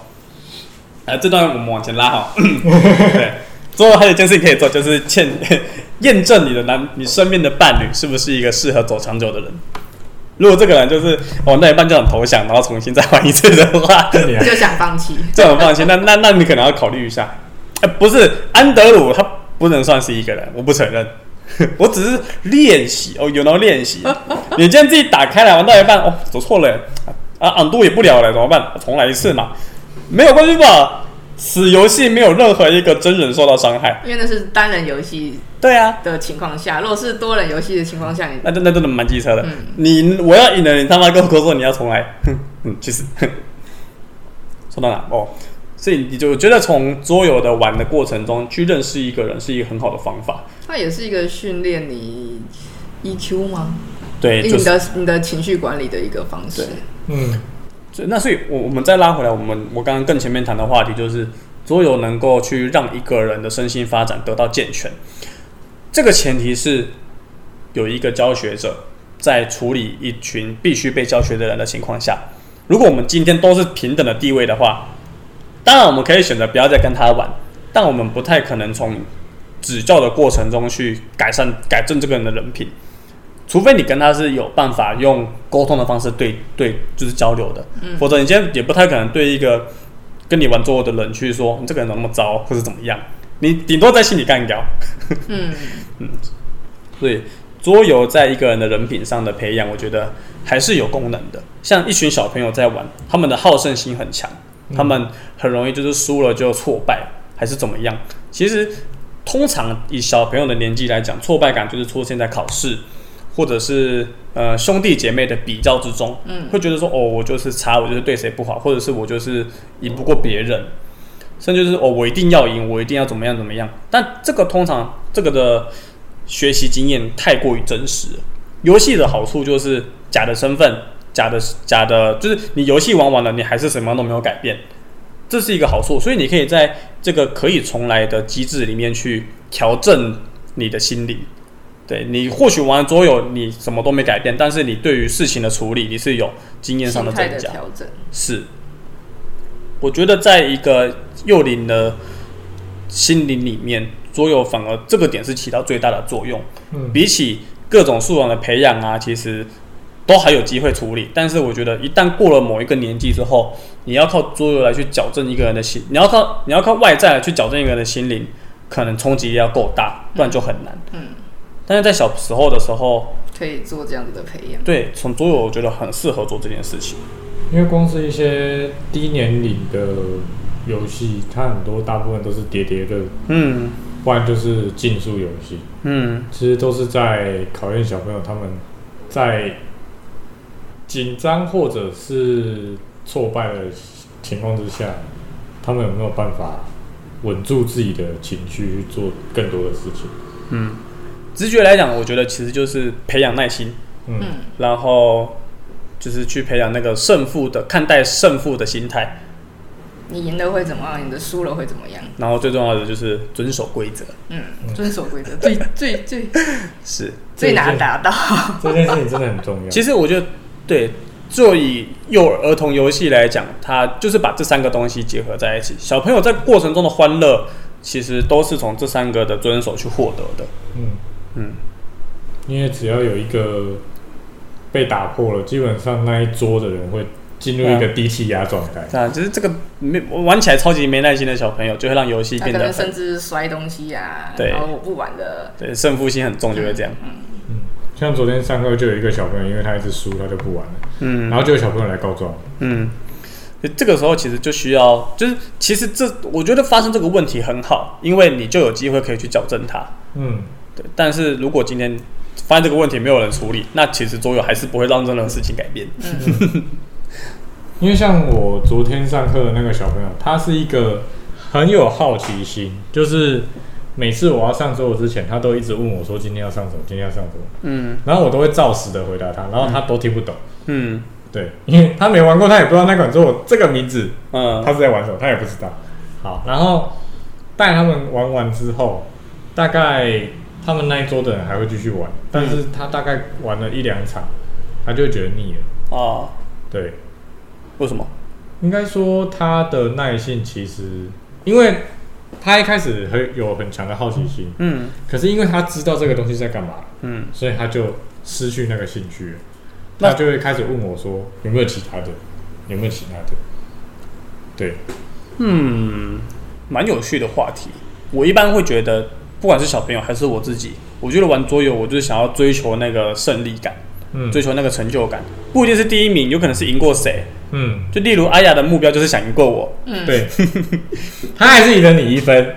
[SPEAKER 3] 啊，这段我们往前拉哈。对，最后还有一件事情可以做，就是欠 验证你的男，你身边的伴侣是不是一个适合走长久的人。如果这个人就是哦，那一半就很投降，然后重新再玩一次的话，
[SPEAKER 2] 那你还
[SPEAKER 1] 就想放弃。
[SPEAKER 3] 这种放心，那那那你可能要考虑一下。哎、不是安德鲁，他不能算是一个人，我不承认。 我只是练习哦，有能练习。你今天自己打开来玩到一半，哦，走错了，啊，昂度也不了了，怎么办？重来一次嘛，没有关系吧？此游戏没有任何一个真人受到伤害。
[SPEAKER 1] 因为那是单人游戏
[SPEAKER 3] 对啊，
[SPEAKER 1] 的情况下，如果是多人游戏的情况下，你
[SPEAKER 3] 那真那真的蛮机车的。
[SPEAKER 1] 嗯
[SPEAKER 3] 你我要赢了，你他妈跟我说你要重来，哼，嗯，其实哼说到哪哦，所以你就我觉得从桌游的玩的过程中去认识一个人是一个很好的方法。
[SPEAKER 1] 那也是一个训练你 EQ 吗？
[SPEAKER 3] 对，就
[SPEAKER 1] 你
[SPEAKER 3] 是
[SPEAKER 1] 的你的情绪管理的一个方式
[SPEAKER 3] 对。
[SPEAKER 2] 嗯，
[SPEAKER 3] 所以那所以我我们再拉回来，我们我刚刚更前面谈的话题就是桌游能够去让一个人的身心发展得到健全，这个前提是有一个教学者在处理一群必须被教学的人的情况下，如果我们今天都是平等的地位的话，当然我们可以选择不要再跟他玩，但我们不太可能从指教的过程中去改善改正这个人的人品。除非你跟他是有办法用沟通的方式对对，就是交流的，否则你今天也不太可能对一个跟你玩桌游的人去说你这个人怎么那么糟，或是怎么样，你顶多在心里干掉。
[SPEAKER 1] 嗯，
[SPEAKER 3] 所以桌游在一个人的人品上的培养，我觉得还是有功能的。像一群小朋友在玩，他们的好胜心很强，他们很容易就是输了就挫败，还是怎么样。其实通常以小朋友的年纪来讲，挫败感就是出现在考试。或者是呃兄弟姐妹的比较之中，嗯，会觉得说哦，我就是差，我就是对谁不好，或者是我就是赢不过别人，甚至就是哦，我一定要赢，我一定要怎么样怎么样。但这个通常这个的学习经验太过于真实了。游戏的好处就是假的身份，假的假的，就是你游戏玩完了，你还是什么样都没有改变，这是一个好处。所以你可以在这个可以重来的机制里面去调整你的心理。对你或许玩桌游你什么都没改变，但是你对于事情的处理你是有经验上
[SPEAKER 1] 心
[SPEAKER 3] 的
[SPEAKER 1] 态
[SPEAKER 3] 增
[SPEAKER 1] 的
[SPEAKER 3] 加。
[SPEAKER 1] 调整。
[SPEAKER 3] 是，我觉得在一个幼龄的心灵里面，桌游反而这个点是起到最大的作用。
[SPEAKER 2] 嗯
[SPEAKER 3] 比起各种素养的培养啊，其实都还有机会处理。但是我觉得一旦过了某一个年纪之后，你要靠桌游来去矫正一个人的心，你要靠你要靠外在来去矫正一个人的心灵，可能冲击力要够大，不然就很难。
[SPEAKER 1] 嗯，
[SPEAKER 3] 但是在小时候的时候，
[SPEAKER 1] 可以做这样子的培养。
[SPEAKER 3] 对，从桌游我觉得很适合做这件事情。
[SPEAKER 2] 因为光是一些低年龄的游戏，它很多大部分都是叠叠乐，
[SPEAKER 3] 嗯
[SPEAKER 2] 不然就是竞速游戏，
[SPEAKER 3] 嗯，
[SPEAKER 2] 其实都是在考验小朋友他们在紧张或者是挫败的情况之下，他们有没有办法稳住自己的情绪去做更多的事情。
[SPEAKER 3] 直觉来讲，我觉得其实就是培养耐心，
[SPEAKER 2] 嗯，
[SPEAKER 1] 嗯
[SPEAKER 3] 然后就是去培养那个胜负的看待胜负的心态，
[SPEAKER 1] 你赢了会怎么样？你的输了会怎么样？
[SPEAKER 3] 然后最重要的就是遵守规则。
[SPEAKER 1] 嗯，遵守规则，最最最
[SPEAKER 3] 是，
[SPEAKER 1] 最难达到。
[SPEAKER 2] 这件事情真的很 重要。
[SPEAKER 3] 其实我觉得对，就以幼儿儿童游戏来讲，它就是把这三个东西结合在一起。小朋友在过程中的欢乐，其实都是从这三个的遵守去获得的。
[SPEAKER 2] 嗯，
[SPEAKER 3] 嗯
[SPEAKER 2] 嗯，因为只要有一个被打破了，基本上那一桌的人会进入一个低气压状态。
[SPEAKER 3] 啊，就是这个没玩起来超级没耐心的小朋友，就会让游戏
[SPEAKER 1] 他
[SPEAKER 3] 变
[SPEAKER 1] 可
[SPEAKER 3] 得
[SPEAKER 1] 能
[SPEAKER 3] 很
[SPEAKER 1] 甚至摔东西呀、
[SPEAKER 3] 对
[SPEAKER 1] 然后我不玩 了。
[SPEAKER 3] 对胜负心很重，就会这样。
[SPEAKER 2] 像昨天上课就有一个小朋友，因为他一直输，他就不玩了，
[SPEAKER 3] 嗯
[SPEAKER 2] 然后就有小朋友来告状。
[SPEAKER 3] 嗯，这个时候其实就需要，就是其实这我觉得发生这个问题很好，因为你就有机会可以去矫正它。
[SPEAKER 2] 嗯，
[SPEAKER 3] 对，但是如果今天发现这个问题没有人处理，那其实桌游还是不会让任何事情改变。
[SPEAKER 1] 嗯，
[SPEAKER 2] 因为像我昨天上课的那个小朋友，他是一个很有好奇心，就是每次我要上桌之前，他都一直问我说今天要上什么，今天要上什么，
[SPEAKER 3] 嗯
[SPEAKER 2] 然后我都会照实的回答他，然后他都听不懂。
[SPEAKER 3] 嗯
[SPEAKER 2] 对，因为他没玩过，他也不知道那款桌这个名字
[SPEAKER 3] 嗯
[SPEAKER 2] 他是在玩什么，他也不知道。好，然后带他们玩完之后，大概他们那一桌的人还会继续玩，但是他大概玩了一两场，他就会觉得腻了。
[SPEAKER 3] 啊，
[SPEAKER 2] 对，
[SPEAKER 3] 为什么？
[SPEAKER 2] 应该说他的耐性其实，因为他一开始很有很强的好奇心，
[SPEAKER 3] 嗯
[SPEAKER 2] 可是因为他知道这个东西在干嘛，
[SPEAKER 3] 嗯
[SPEAKER 2] 所以他就失去那个兴趣了。
[SPEAKER 3] 那
[SPEAKER 2] 他就会开始问我说有没有其他的，有没有其他的？对，
[SPEAKER 3] 嗯，蛮有趣的话题。我一般会觉得，不管是小朋友还是我自己，我觉得玩桌游，我就是想要追求那个胜利感，
[SPEAKER 2] 嗯
[SPEAKER 3] 追求那个成就感，不一定是第一名，有可能是赢过谁。
[SPEAKER 2] 嗯，
[SPEAKER 3] 就例如阿雅的目标就是想赢过我，
[SPEAKER 2] 对，他还是赢了你一分。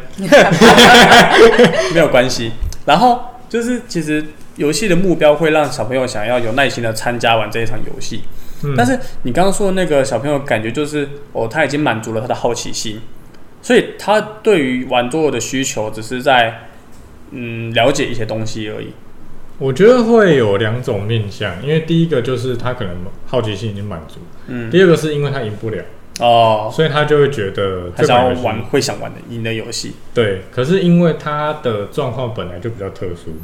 [SPEAKER 3] 没有关系。然后就是其实游戏的目标会让小朋友想要有耐心的参加完这一场游戏。
[SPEAKER 2] 嗯
[SPEAKER 3] 但是你刚刚说的那个小朋友，感觉就是哦，他已经满足了他的好奇心，所以他对于玩桌游的需求只是在嗯了解一些东西而已。
[SPEAKER 2] 我觉得会有两种面向，因为第一个就是他可能好奇心已经满足，
[SPEAKER 3] 嗯，
[SPEAKER 2] 第二个是因为他赢不了，
[SPEAKER 3] 哦，
[SPEAKER 2] 所以他就会觉得
[SPEAKER 3] 他
[SPEAKER 2] 这
[SPEAKER 3] 想
[SPEAKER 2] 款游
[SPEAKER 3] 要
[SPEAKER 2] 戏
[SPEAKER 3] 玩会想玩的赢的游戏。
[SPEAKER 2] 对，可是因为他的状况本来就比较特殊，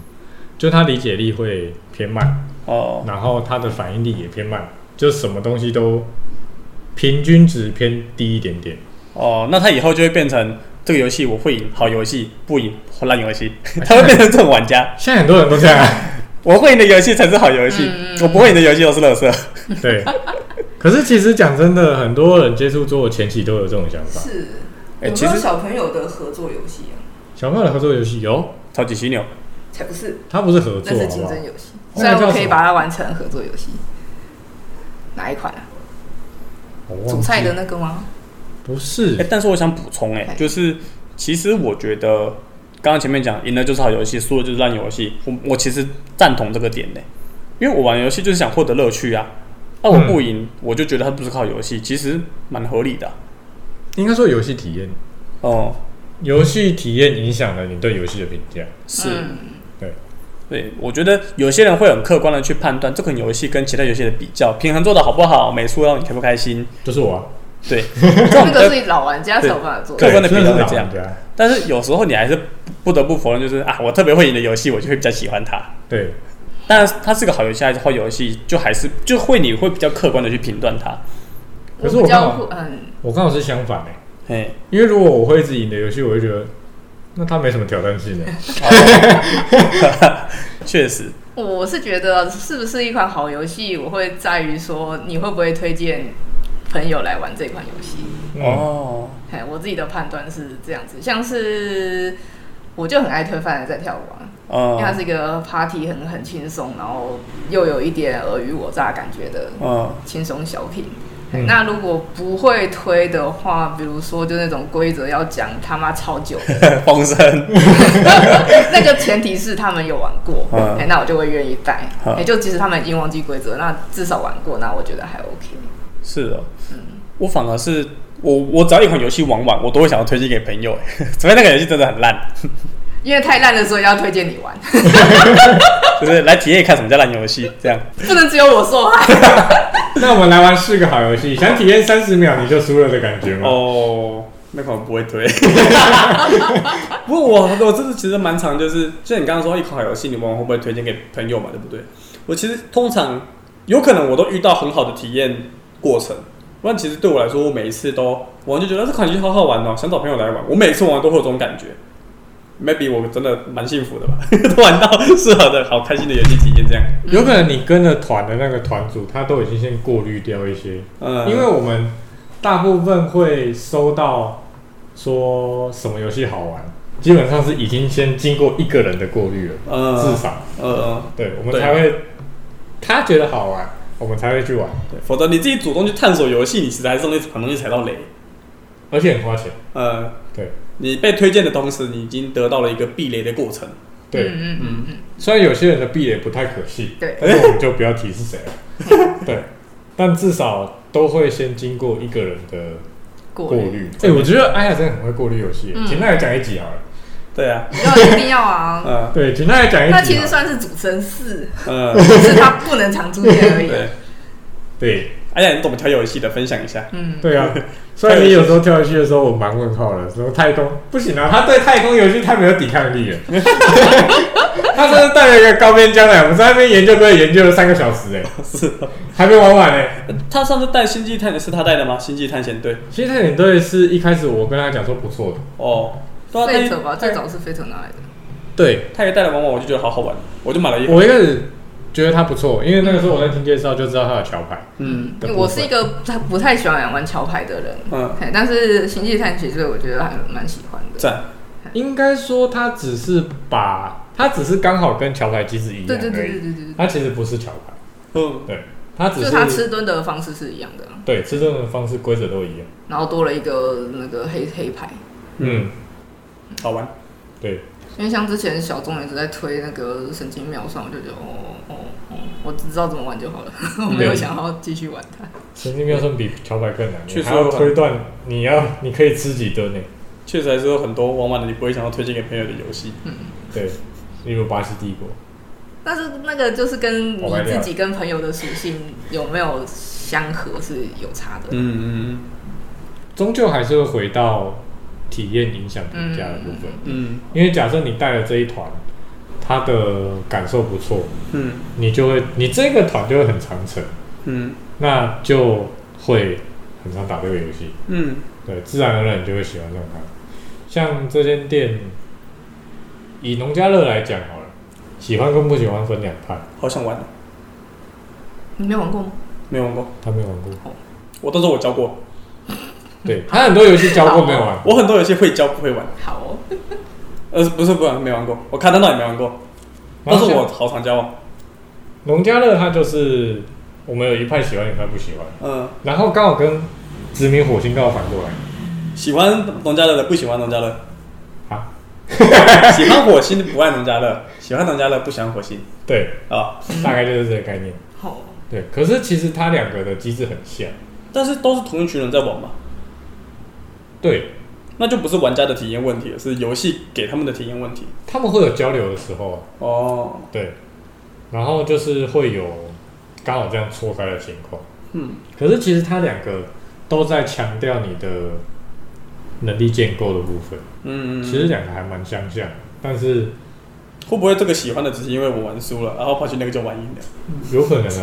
[SPEAKER 2] 就他理解力会偏慢，
[SPEAKER 3] 哦，
[SPEAKER 2] 然后他的反应力也偏慢，就什么东西都平均值偏低一点点。
[SPEAKER 3] 哦，那他以后就会变成这个游戏我会赢，好游戏不赢烂游戏，他会变成这种玩家。
[SPEAKER 2] 现在很多人都这样啊，
[SPEAKER 3] 我会赢的游戏才是好游
[SPEAKER 1] 嗯
[SPEAKER 3] 戏，我不会赢的游戏都是垃圾。
[SPEAKER 2] 对。可是其实讲真的，很多人接触桌游前期都有这种想法。
[SPEAKER 1] 是。
[SPEAKER 3] 哎
[SPEAKER 1] 有
[SPEAKER 3] 其
[SPEAKER 1] 没有
[SPEAKER 3] 实
[SPEAKER 1] 小朋友的合作游戏啊？
[SPEAKER 2] 小朋友的合作游戏有，
[SPEAKER 3] 超级犀牛，
[SPEAKER 1] 才不是，
[SPEAKER 2] 它不是合
[SPEAKER 1] 那
[SPEAKER 2] 作，啊
[SPEAKER 1] 是
[SPEAKER 2] 好哦
[SPEAKER 1] 竞
[SPEAKER 2] 不好
[SPEAKER 1] 争？游戏。
[SPEAKER 2] 那个
[SPEAKER 1] 虽然
[SPEAKER 2] 叫
[SPEAKER 1] 我可以
[SPEAKER 2] 什么
[SPEAKER 1] 把它玩成合作游戏，哪一款啊？
[SPEAKER 2] 我忘记
[SPEAKER 1] 主菜的那个吗？
[SPEAKER 2] 不是
[SPEAKER 3] 哎、，但是我想补充、哎
[SPEAKER 1] 哎，
[SPEAKER 3] 就是其实我觉得，刚刚前面讲赢了就是好游戏，输了就是烂游戏，我我其实赞同这个点呢、因为我玩游戏就是想获得乐趣啊，那我不赢、我就觉得它不是靠游戏，其实蛮合理的啊、
[SPEAKER 2] 应该说游戏体验，
[SPEAKER 3] 哦、
[SPEAKER 2] 游戏体验影响了你对游戏的评价。
[SPEAKER 3] 是、
[SPEAKER 1] 嗯
[SPEAKER 3] 对，我觉得有些人会很客观的去判断这款游戏跟其他游戏的比较，平衡做的好不好，美术让你开不开心，
[SPEAKER 2] 就是我、啊，
[SPEAKER 3] 对， 这种
[SPEAKER 1] 那个
[SPEAKER 3] 比较
[SPEAKER 1] 是老玩家才有办法做的。
[SPEAKER 3] 对客观的
[SPEAKER 2] 真的是
[SPEAKER 3] 评价
[SPEAKER 2] 老
[SPEAKER 3] 会这样
[SPEAKER 2] 人家。
[SPEAKER 3] 但是有时候你还是不得不否认，就是啊，我特别会赢的游戏，我就会比较喜欢它。
[SPEAKER 2] 对，
[SPEAKER 3] 但它是个好游戏还是坏游戏，就还是就会你会比较客观的去评断它。
[SPEAKER 2] 可是我
[SPEAKER 1] 比较
[SPEAKER 2] 看
[SPEAKER 1] 会嗯，
[SPEAKER 2] 我刚好是相反哎、
[SPEAKER 3] 嘿，
[SPEAKER 2] 因为如果我会一直赢的游戏，我会 觉得那它没什么挑战性的、
[SPEAKER 3] 确实，
[SPEAKER 1] 我是觉得是不是一款好游戏，我会在于说你会不会推荐朋友来玩这款游戏。
[SPEAKER 2] 哦，
[SPEAKER 3] 哦，
[SPEAKER 1] 嘿，我自己的判断是这样子，像是我就很爱推翻人在跳舞啊，因为它
[SPEAKER 3] 嗯
[SPEAKER 1] 是一个 party 很很轻松，然后又有一点尔虞我诈感觉的
[SPEAKER 3] 嗯，
[SPEAKER 1] 轻松小品。
[SPEAKER 2] 嗯
[SPEAKER 1] 那如果不会推的话，比如说就那种规则要讲他妈超久 的，
[SPEAKER 3] 风声，
[SPEAKER 1] 那个前提是他们有玩过，哎、
[SPEAKER 3] 嗯
[SPEAKER 1] 那我就会愿意带。哎、
[SPEAKER 3] 嗯
[SPEAKER 1] 就即使他们已经忘记规则，那至少玩过，那我觉得还 OK。
[SPEAKER 3] 是哦，我反而是我我只要一款游戏玩完，我都会想要推荐给朋友，欸 除非那个游戏真的很烂，
[SPEAKER 1] 因为太烂了，所以要推荐你玩，
[SPEAKER 3] 就是来体验看什么叫烂游戏这样。
[SPEAKER 1] 不能只有我受害。
[SPEAKER 2] 那我们来玩四个好游戏，想体验三十秒你就输了的感觉吗？
[SPEAKER 3] 哦，那款我不会 推。不过我我这次其实蛮常就是，就你刚刚说一款好游戏，你们会不会推荐给朋友嘛？对不对？我其实通常有可能我都遇到很好的体验过程，不然其实对我来说，我每一次都我就觉得这款游戏好好玩哦，想找朋友来玩。我每次玩都会有这种感觉。maybe 我真的蛮幸福的吧， 都玩到适合的好开心的游戏体验这样。
[SPEAKER 2] 有可能你跟了团的那个团组，他都已经先过滤掉一些，
[SPEAKER 3] 嗯，
[SPEAKER 2] 因为我们大部分会收到说什么游戏好玩，基本上是已经先经过一个人的过滤了，
[SPEAKER 3] 嗯
[SPEAKER 2] 至少
[SPEAKER 3] 呃，
[SPEAKER 2] 对我们
[SPEAKER 3] 对
[SPEAKER 2] 才会他觉得好玩，我们才会去玩，
[SPEAKER 3] 对，否则你自己主动去探索游戏，你其实还是容易很容易踩到雷。
[SPEAKER 2] 而且很花钱。
[SPEAKER 3] 呃，
[SPEAKER 2] 对
[SPEAKER 3] 你被推荐的同时，你已经得到了一个避雷的过程。
[SPEAKER 2] 对，
[SPEAKER 1] 嗯嗯
[SPEAKER 3] 嗯，
[SPEAKER 2] 虽然有些人的壁垒不太可信，
[SPEAKER 1] 对
[SPEAKER 2] 但是我们就不要提是谁了。 对，但至少都会先经过一个人的
[SPEAKER 1] 过
[SPEAKER 2] 过滤。哎、我觉得艾雅真的很会过滤游戏
[SPEAKER 1] 嗯，
[SPEAKER 2] 请他来讲一集好了。
[SPEAKER 3] 对啊，
[SPEAKER 1] 要一定要 啊。
[SPEAKER 3] 嗯
[SPEAKER 2] 对，请他来讲一集好
[SPEAKER 1] 那
[SPEAKER 2] 了。
[SPEAKER 1] 其实算是主撑四，
[SPEAKER 3] 嗯，
[SPEAKER 1] 只是它不能常出现而已。
[SPEAKER 3] 对。
[SPEAKER 2] 对
[SPEAKER 3] 哎呀，你怎么挑游戏的？分享一下。
[SPEAKER 1] 嗯，
[SPEAKER 2] 对 啊，虽然你有时候跳下去的时候，我蛮问号的，什么太空不行啊，他对太空游戏太没有抵 抗力了。 他真的带了一个高边疆来，我们在那边研究队研究了三个小时、哎，
[SPEAKER 3] 是哦，
[SPEAKER 2] 还没玩完哎呢、
[SPEAKER 3] 他上次带《星际探险》是他带的吗？《星际探险》队。
[SPEAKER 2] 其实探险队是一开始我跟他讲说不错的，
[SPEAKER 3] 哦，对啊，他
[SPEAKER 1] 费
[SPEAKER 3] 也
[SPEAKER 1] 特吧，最早是费特拿来的。
[SPEAKER 2] 对，
[SPEAKER 3] 他也带了玩玩，我就觉得好好玩，我就买了一
[SPEAKER 2] 我一开始觉得它不错，因为那个时候我在听介绍就知道它有桥牌。
[SPEAKER 3] 嗯
[SPEAKER 1] 因为我是一个不太不太喜欢玩桥牌的人，
[SPEAKER 3] 嗯，
[SPEAKER 1] 嘿但是《星际探险》队我觉得还蛮喜欢的。
[SPEAKER 3] 赞。
[SPEAKER 1] 嗯
[SPEAKER 2] 应该说它只是把它只是刚好跟桥牌机制一样
[SPEAKER 1] 对
[SPEAKER 2] 而已，
[SPEAKER 1] 对对对对对
[SPEAKER 2] 它其实不是桥牌，
[SPEAKER 3] 嗯，
[SPEAKER 2] 对，它只
[SPEAKER 1] 对，就是他吃蹲的方式是一样的，
[SPEAKER 2] 对吃这种方式规则都一样，
[SPEAKER 1] 然后多了一个那个黑黑牌。
[SPEAKER 2] 嗯，
[SPEAKER 3] 好玩。
[SPEAKER 2] 对，
[SPEAKER 1] 因为像之前小钟也是在推那个神经秒算，我就觉得哦哦哦，我只知道怎么玩就好了，我没有想要继续玩它。
[SPEAKER 2] 神经妙算比桥牌更难，
[SPEAKER 3] 确
[SPEAKER 2] 你
[SPEAKER 3] 实
[SPEAKER 2] 还要
[SPEAKER 3] 有可能
[SPEAKER 2] 推断你要你可以吃几吨呢？
[SPEAKER 3] 确实还是有很多玩玩的，你不会想要推荐给朋友的游戏。
[SPEAKER 2] 对，例如巴西帝国，
[SPEAKER 1] 但是那个就是跟
[SPEAKER 2] 我
[SPEAKER 1] 你
[SPEAKER 2] 买掉
[SPEAKER 1] 自己跟朋友的属性有没有相合是有差的。
[SPEAKER 3] 嗯嗯
[SPEAKER 2] 终究还是会回到体验影响评价的部分，
[SPEAKER 3] 嗯
[SPEAKER 2] 因为假设你带了这一团，他的感受不错，
[SPEAKER 3] 嗯
[SPEAKER 2] 你就会，你这个团就会很长城，
[SPEAKER 3] 嗯
[SPEAKER 2] 那就会很常打这个游戏，
[SPEAKER 3] 嗯
[SPEAKER 2] 对，自然而然你就会喜欢上它。像这间店，以农家乐来讲好了，喜欢跟不喜欢分两派，
[SPEAKER 3] 嗯，好想玩，
[SPEAKER 1] 你没玩过吗？
[SPEAKER 3] 没玩过。
[SPEAKER 2] 他没玩过，
[SPEAKER 3] 我到时候我教过，
[SPEAKER 2] 对他很多游戏教过没有玩过，
[SPEAKER 3] 我很多游戏会教不会玩。
[SPEAKER 1] 好哦，
[SPEAKER 3] 呃，不是不玩，没玩过，我看得到也没玩过， 但
[SPEAKER 2] 然后
[SPEAKER 3] 是
[SPEAKER 2] 像
[SPEAKER 3] 我好常交往。
[SPEAKER 2] 农家乐它就是我们有一派喜欢，一派不喜欢，
[SPEAKER 3] 嗯，
[SPEAKER 2] 然后刚好跟殖民火星刚好反过来
[SPEAKER 3] 喜欢农家乐的不喜欢农家乐，
[SPEAKER 2] 啊，
[SPEAKER 3] 喜欢火星的不爱农家乐，喜欢农家乐不喜欢火星
[SPEAKER 2] 对，
[SPEAKER 3] 啊。
[SPEAKER 2] 大概就是这个概念。
[SPEAKER 1] 好哦，
[SPEAKER 2] 对，可是其实它两个的机制很像，
[SPEAKER 3] 但是都是同一群人在玩嘛，
[SPEAKER 2] 对，
[SPEAKER 3] 那就不是玩家的体验问题了，是游戏给他们的体验问题。
[SPEAKER 2] 他们会有交流的时候啊，
[SPEAKER 3] 哦，
[SPEAKER 2] 对，然后就是会有刚好这样错开的情况。
[SPEAKER 3] 嗯
[SPEAKER 2] 可是其实它两个都在强调你的能力建构的部分，
[SPEAKER 3] 嗯，嗯
[SPEAKER 2] 其实两个还蛮相像，但是
[SPEAKER 3] 会不会这个喜欢的只是因为我玩输了，然后跑去那个就玩赢了，
[SPEAKER 2] 有可能啊，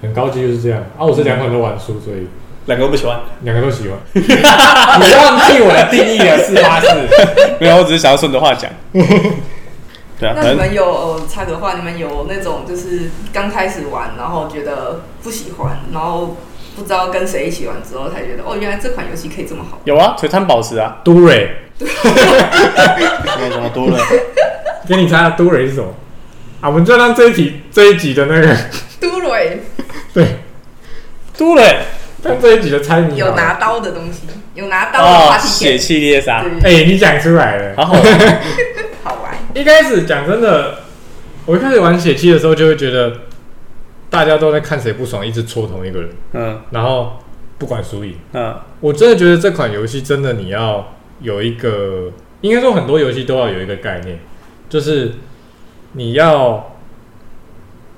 [SPEAKER 2] 很高级就是这样啊。我这两款都玩输，所以
[SPEAKER 3] 两个都不喜欢。
[SPEAKER 2] 两个都喜欢。你忘记我的定义了，四八四。
[SPEAKER 3] 没有，我只是想要顺着话讲。对啊，
[SPEAKER 1] 那
[SPEAKER 3] 反
[SPEAKER 1] 你
[SPEAKER 3] 正
[SPEAKER 1] 们有呃插个话，你们有那种就是刚开始玩，然后觉得不喜欢，然后不知道跟谁一起玩之后才觉得，哦，原来这款游戏可以这么好。
[SPEAKER 3] 有啊，璀璨宝石啊，
[SPEAKER 2] 都蕊，
[SPEAKER 4] 没什么多了。
[SPEAKER 2] 给你猜下都蕊是什么？啊，我们就让这一集这一集的那个
[SPEAKER 1] 杜蕊
[SPEAKER 2] 对，
[SPEAKER 3] 对嘞，
[SPEAKER 2] 让这一集的猜谜好
[SPEAKER 1] 有
[SPEAKER 2] 了
[SPEAKER 1] 拿刀的东西，有拿刀的
[SPEAKER 2] 啊
[SPEAKER 3] 哦
[SPEAKER 1] 话，题
[SPEAKER 3] 血
[SPEAKER 1] 点，
[SPEAKER 3] 气猎杀，
[SPEAKER 1] 对，
[SPEAKER 2] 哎、你讲出来了。
[SPEAKER 3] 好好玩，
[SPEAKER 1] 好玩。
[SPEAKER 2] 一开始讲真的，我一开始玩血气的时候就会觉得，大家都在看谁不爽，一直戳同一个人，
[SPEAKER 3] 嗯
[SPEAKER 2] 然后不管输赢。
[SPEAKER 3] 嗯，
[SPEAKER 2] 我真的觉得这款游戏真的你要有一个，应该说很多游戏都要有一个概念，就是你要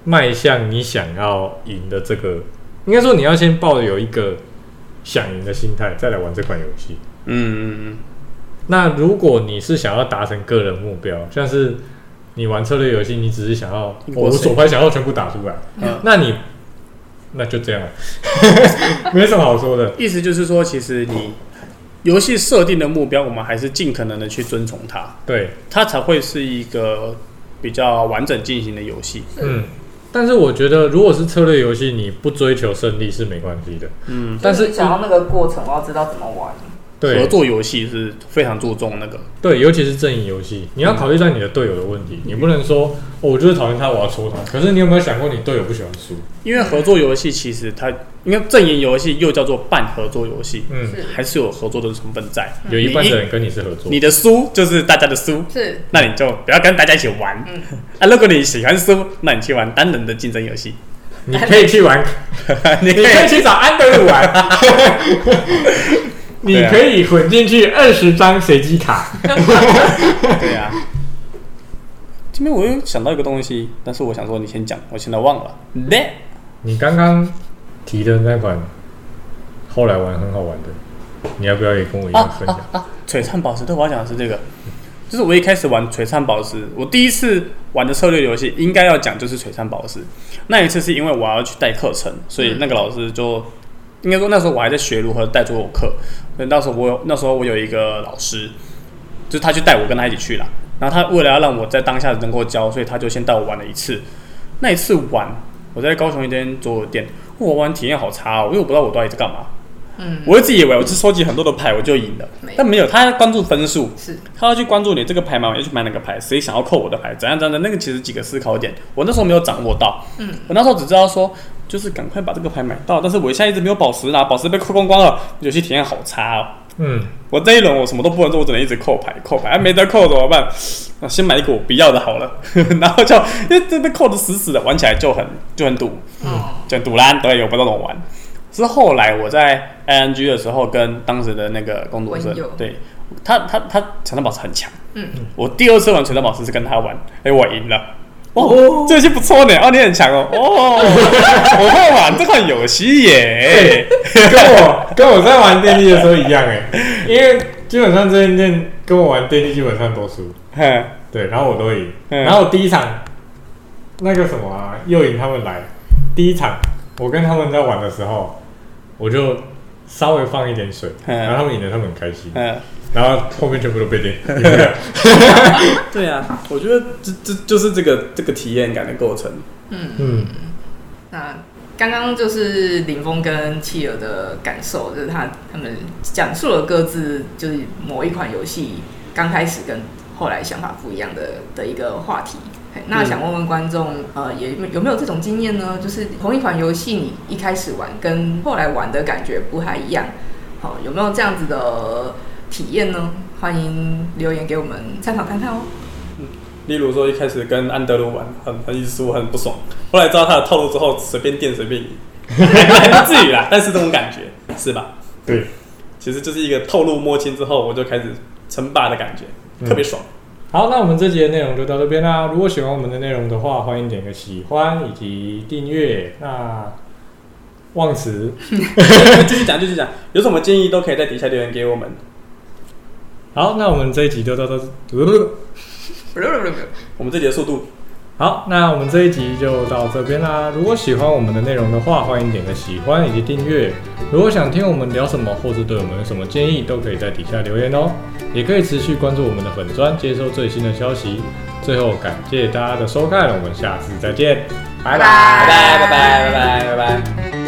[SPEAKER 2] 迈向你想要赢的这个，应该说你要先抱有一个想赢的心态，再来玩这款游戏。
[SPEAKER 3] 嗯嗯
[SPEAKER 2] 那如果你是想要达成个人目标，像是你玩策略游戏，你只是想要哦
[SPEAKER 3] 赢过
[SPEAKER 2] 我
[SPEAKER 3] 谁
[SPEAKER 2] 手牌想要全部打出来，
[SPEAKER 3] 嗯嗯，
[SPEAKER 2] 那你那就这样了， 没什么好说的。
[SPEAKER 3] 意思就是说，其实你游戏设定的目标，我们还是尽可能的去遵从它，
[SPEAKER 2] 对，
[SPEAKER 3] 它才会是一个比较完整进行的游戏。
[SPEAKER 2] 嗯。但是我觉得，如果是策略游戏，你不追求胜利是没关系的。
[SPEAKER 3] 嗯，
[SPEAKER 2] 但是
[SPEAKER 1] 就想要那个过程，我要知道怎么玩。
[SPEAKER 3] 合
[SPEAKER 2] 对
[SPEAKER 3] 作游戏是非常注重那个，
[SPEAKER 2] 对，尤其是阵营游戏，你要考虑到你的队友的问
[SPEAKER 3] 嗯
[SPEAKER 2] 题，你不能说、哦、我就是讨厌他，我要戳他。可是你有没有想过，你队友不喜欢输？
[SPEAKER 3] 因为合作游戏其实它，因为阵营游戏又叫做半合作游戏，
[SPEAKER 2] 嗯，
[SPEAKER 1] 是
[SPEAKER 3] 还是有合作的成分在。
[SPEAKER 2] 有一半
[SPEAKER 3] 你
[SPEAKER 2] 的人跟你是合作，
[SPEAKER 3] 你的输就是大家的输，
[SPEAKER 1] 是，
[SPEAKER 3] 那你就不要跟大家一起玩。
[SPEAKER 1] 嗯
[SPEAKER 3] 啊，如果你喜欢输，那你去玩单人的竞争游戏。
[SPEAKER 2] 你可以去玩
[SPEAKER 3] 你可
[SPEAKER 2] 你可以
[SPEAKER 3] 以
[SPEAKER 2] 去找安德鲁玩，你可以混进去二十张随机卡。
[SPEAKER 3] 对啊。这边我又想到一个东西，但是我想说你先讲，我现在忘了。对，
[SPEAKER 2] 你刚刚提的那款，后来玩很好玩的，你要不要也跟我一样分享？
[SPEAKER 3] 璀璨宝石，对，我要讲的是这个，就是我一开始玩璀璨宝石，我第一次玩的策略游戏，应该要讲就是璀璨宝石。那一次是因为我要去带课程，所以那个老师就、应该说那时候我还在学如何带桌游课，所以那时候我有那时候我有一个老师，就是他去带我跟他一起去啦。然后他为了要让我在当下能够教，所以他就先带我玩了一次。那一次玩，我在高雄一间桌游店，我玩体验好差哦，因为我不知道我到底在干嘛。
[SPEAKER 1] 嗯，
[SPEAKER 3] 我一直以为我是收集很多的牌我就赢了
[SPEAKER 1] 没有，
[SPEAKER 3] 但没有，他关注分数，
[SPEAKER 1] 是
[SPEAKER 3] 他要去关注你这个牌嘛，我要去买哪个牌，谁想要扣我的牌，怎样怎样的，那个其实几个思考点，我那时候没有掌握到，
[SPEAKER 1] 嗯，
[SPEAKER 3] 我那时候只知道说，就是赶快把这个牌买到，但是我现在一直没有宝石啦，宝石被扣光光了，游戏体验好差哦。
[SPEAKER 2] 嗯，
[SPEAKER 3] 我这一轮我什么都不能做，我只能一直扣牌扣牌，啊没得扣怎么办？啊，先买一个我不要的好了， 然后就因为这被扣的死死的，玩起来就很就很堵，
[SPEAKER 1] 哦，
[SPEAKER 3] 就赌烂，对，我不知道怎么玩。是后来我在 ING 的时候，跟当时的那个工读生
[SPEAKER 1] 文友，
[SPEAKER 3] 对他他他成长宝石很强，
[SPEAKER 1] 嗯，
[SPEAKER 3] 我第二次玩成长宝石是跟他玩，哎、我赢了。哦，这游戏不错呢，哦，你很强哦，哦， 我会玩这款游戏 耶，
[SPEAKER 2] 哎跟我跟我在玩电力的时候一样哎、因为基本上这一店跟我玩电力基本上都输，
[SPEAKER 3] 哼，
[SPEAKER 2] 对，然后我都赢。
[SPEAKER 3] 嗯
[SPEAKER 2] 然后第一场那个什么啊，又赢他们来，第一场我跟他们在玩的时候，我就稍微放一点水，
[SPEAKER 3] 嗯
[SPEAKER 2] 然后他们赢了，他们很开心。
[SPEAKER 3] 嗯，
[SPEAKER 2] 然后后面全部都被电，赢不了
[SPEAKER 3] 对啊，我觉得这这就是这个这个体验感的构成，
[SPEAKER 2] 嗯，
[SPEAKER 1] 那刚刚就是林峰跟企鹅的感受，就是他他们讲述了各自就是某一款游戏刚开始跟后来想法不一样的的一个话题。嘿那
[SPEAKER 3] 嗯
[SPEAKER 1] 想问问观众，呃，也有没有这种经验呢？就是同一款游戏，你一开始玩跟后来玩的感觉不太一样，好、有没有这样子的体验呢？欢迎留言给我们参考看看哦。
[SPEAKER 3] 例如说一开始跟安德鲁玩，很很一直输，很不爽，后来知道他的套路之后，随便垫随便赢，还不至于啦，但是这种感觉是吧？
[SPEAKER 2] 对，
[SPEAKER 3] 其实就是一个套路摸清之后，我就开始称霸的感觉，
[SPEAKER 2] 嗯
[SPEAKER 3] 特别爽。
[SPEAKER 2] 好，那我们这集的内容就到这边啦。如果喜欢我们的内容的话，欢迎点个喜欢以及订阅。那忘词，
[SPEAKER 3] 继续讲，继续讲，有什么建议都可以在底下留言给我们，
[SPEAKER 2] 好，那我们这一集就到这，
[SPEAKER 3] 我们这集的速度
[SPEAKER 2] 好，那我们这一集就到这边啦。如果喜欢我们的内容的话，欢迎点个喜欢以及订阅。如果想听我们聊什么，或是对我们有什么建议，都可以在底下留言哦。也可以持续关注我们的粉专，接收最新的消息。最后感谢大家的收看，我们下次再见，拜拜
[SPEAKER 1] 拜
[SPEAKER 3] 拜拜拜拜拜拜。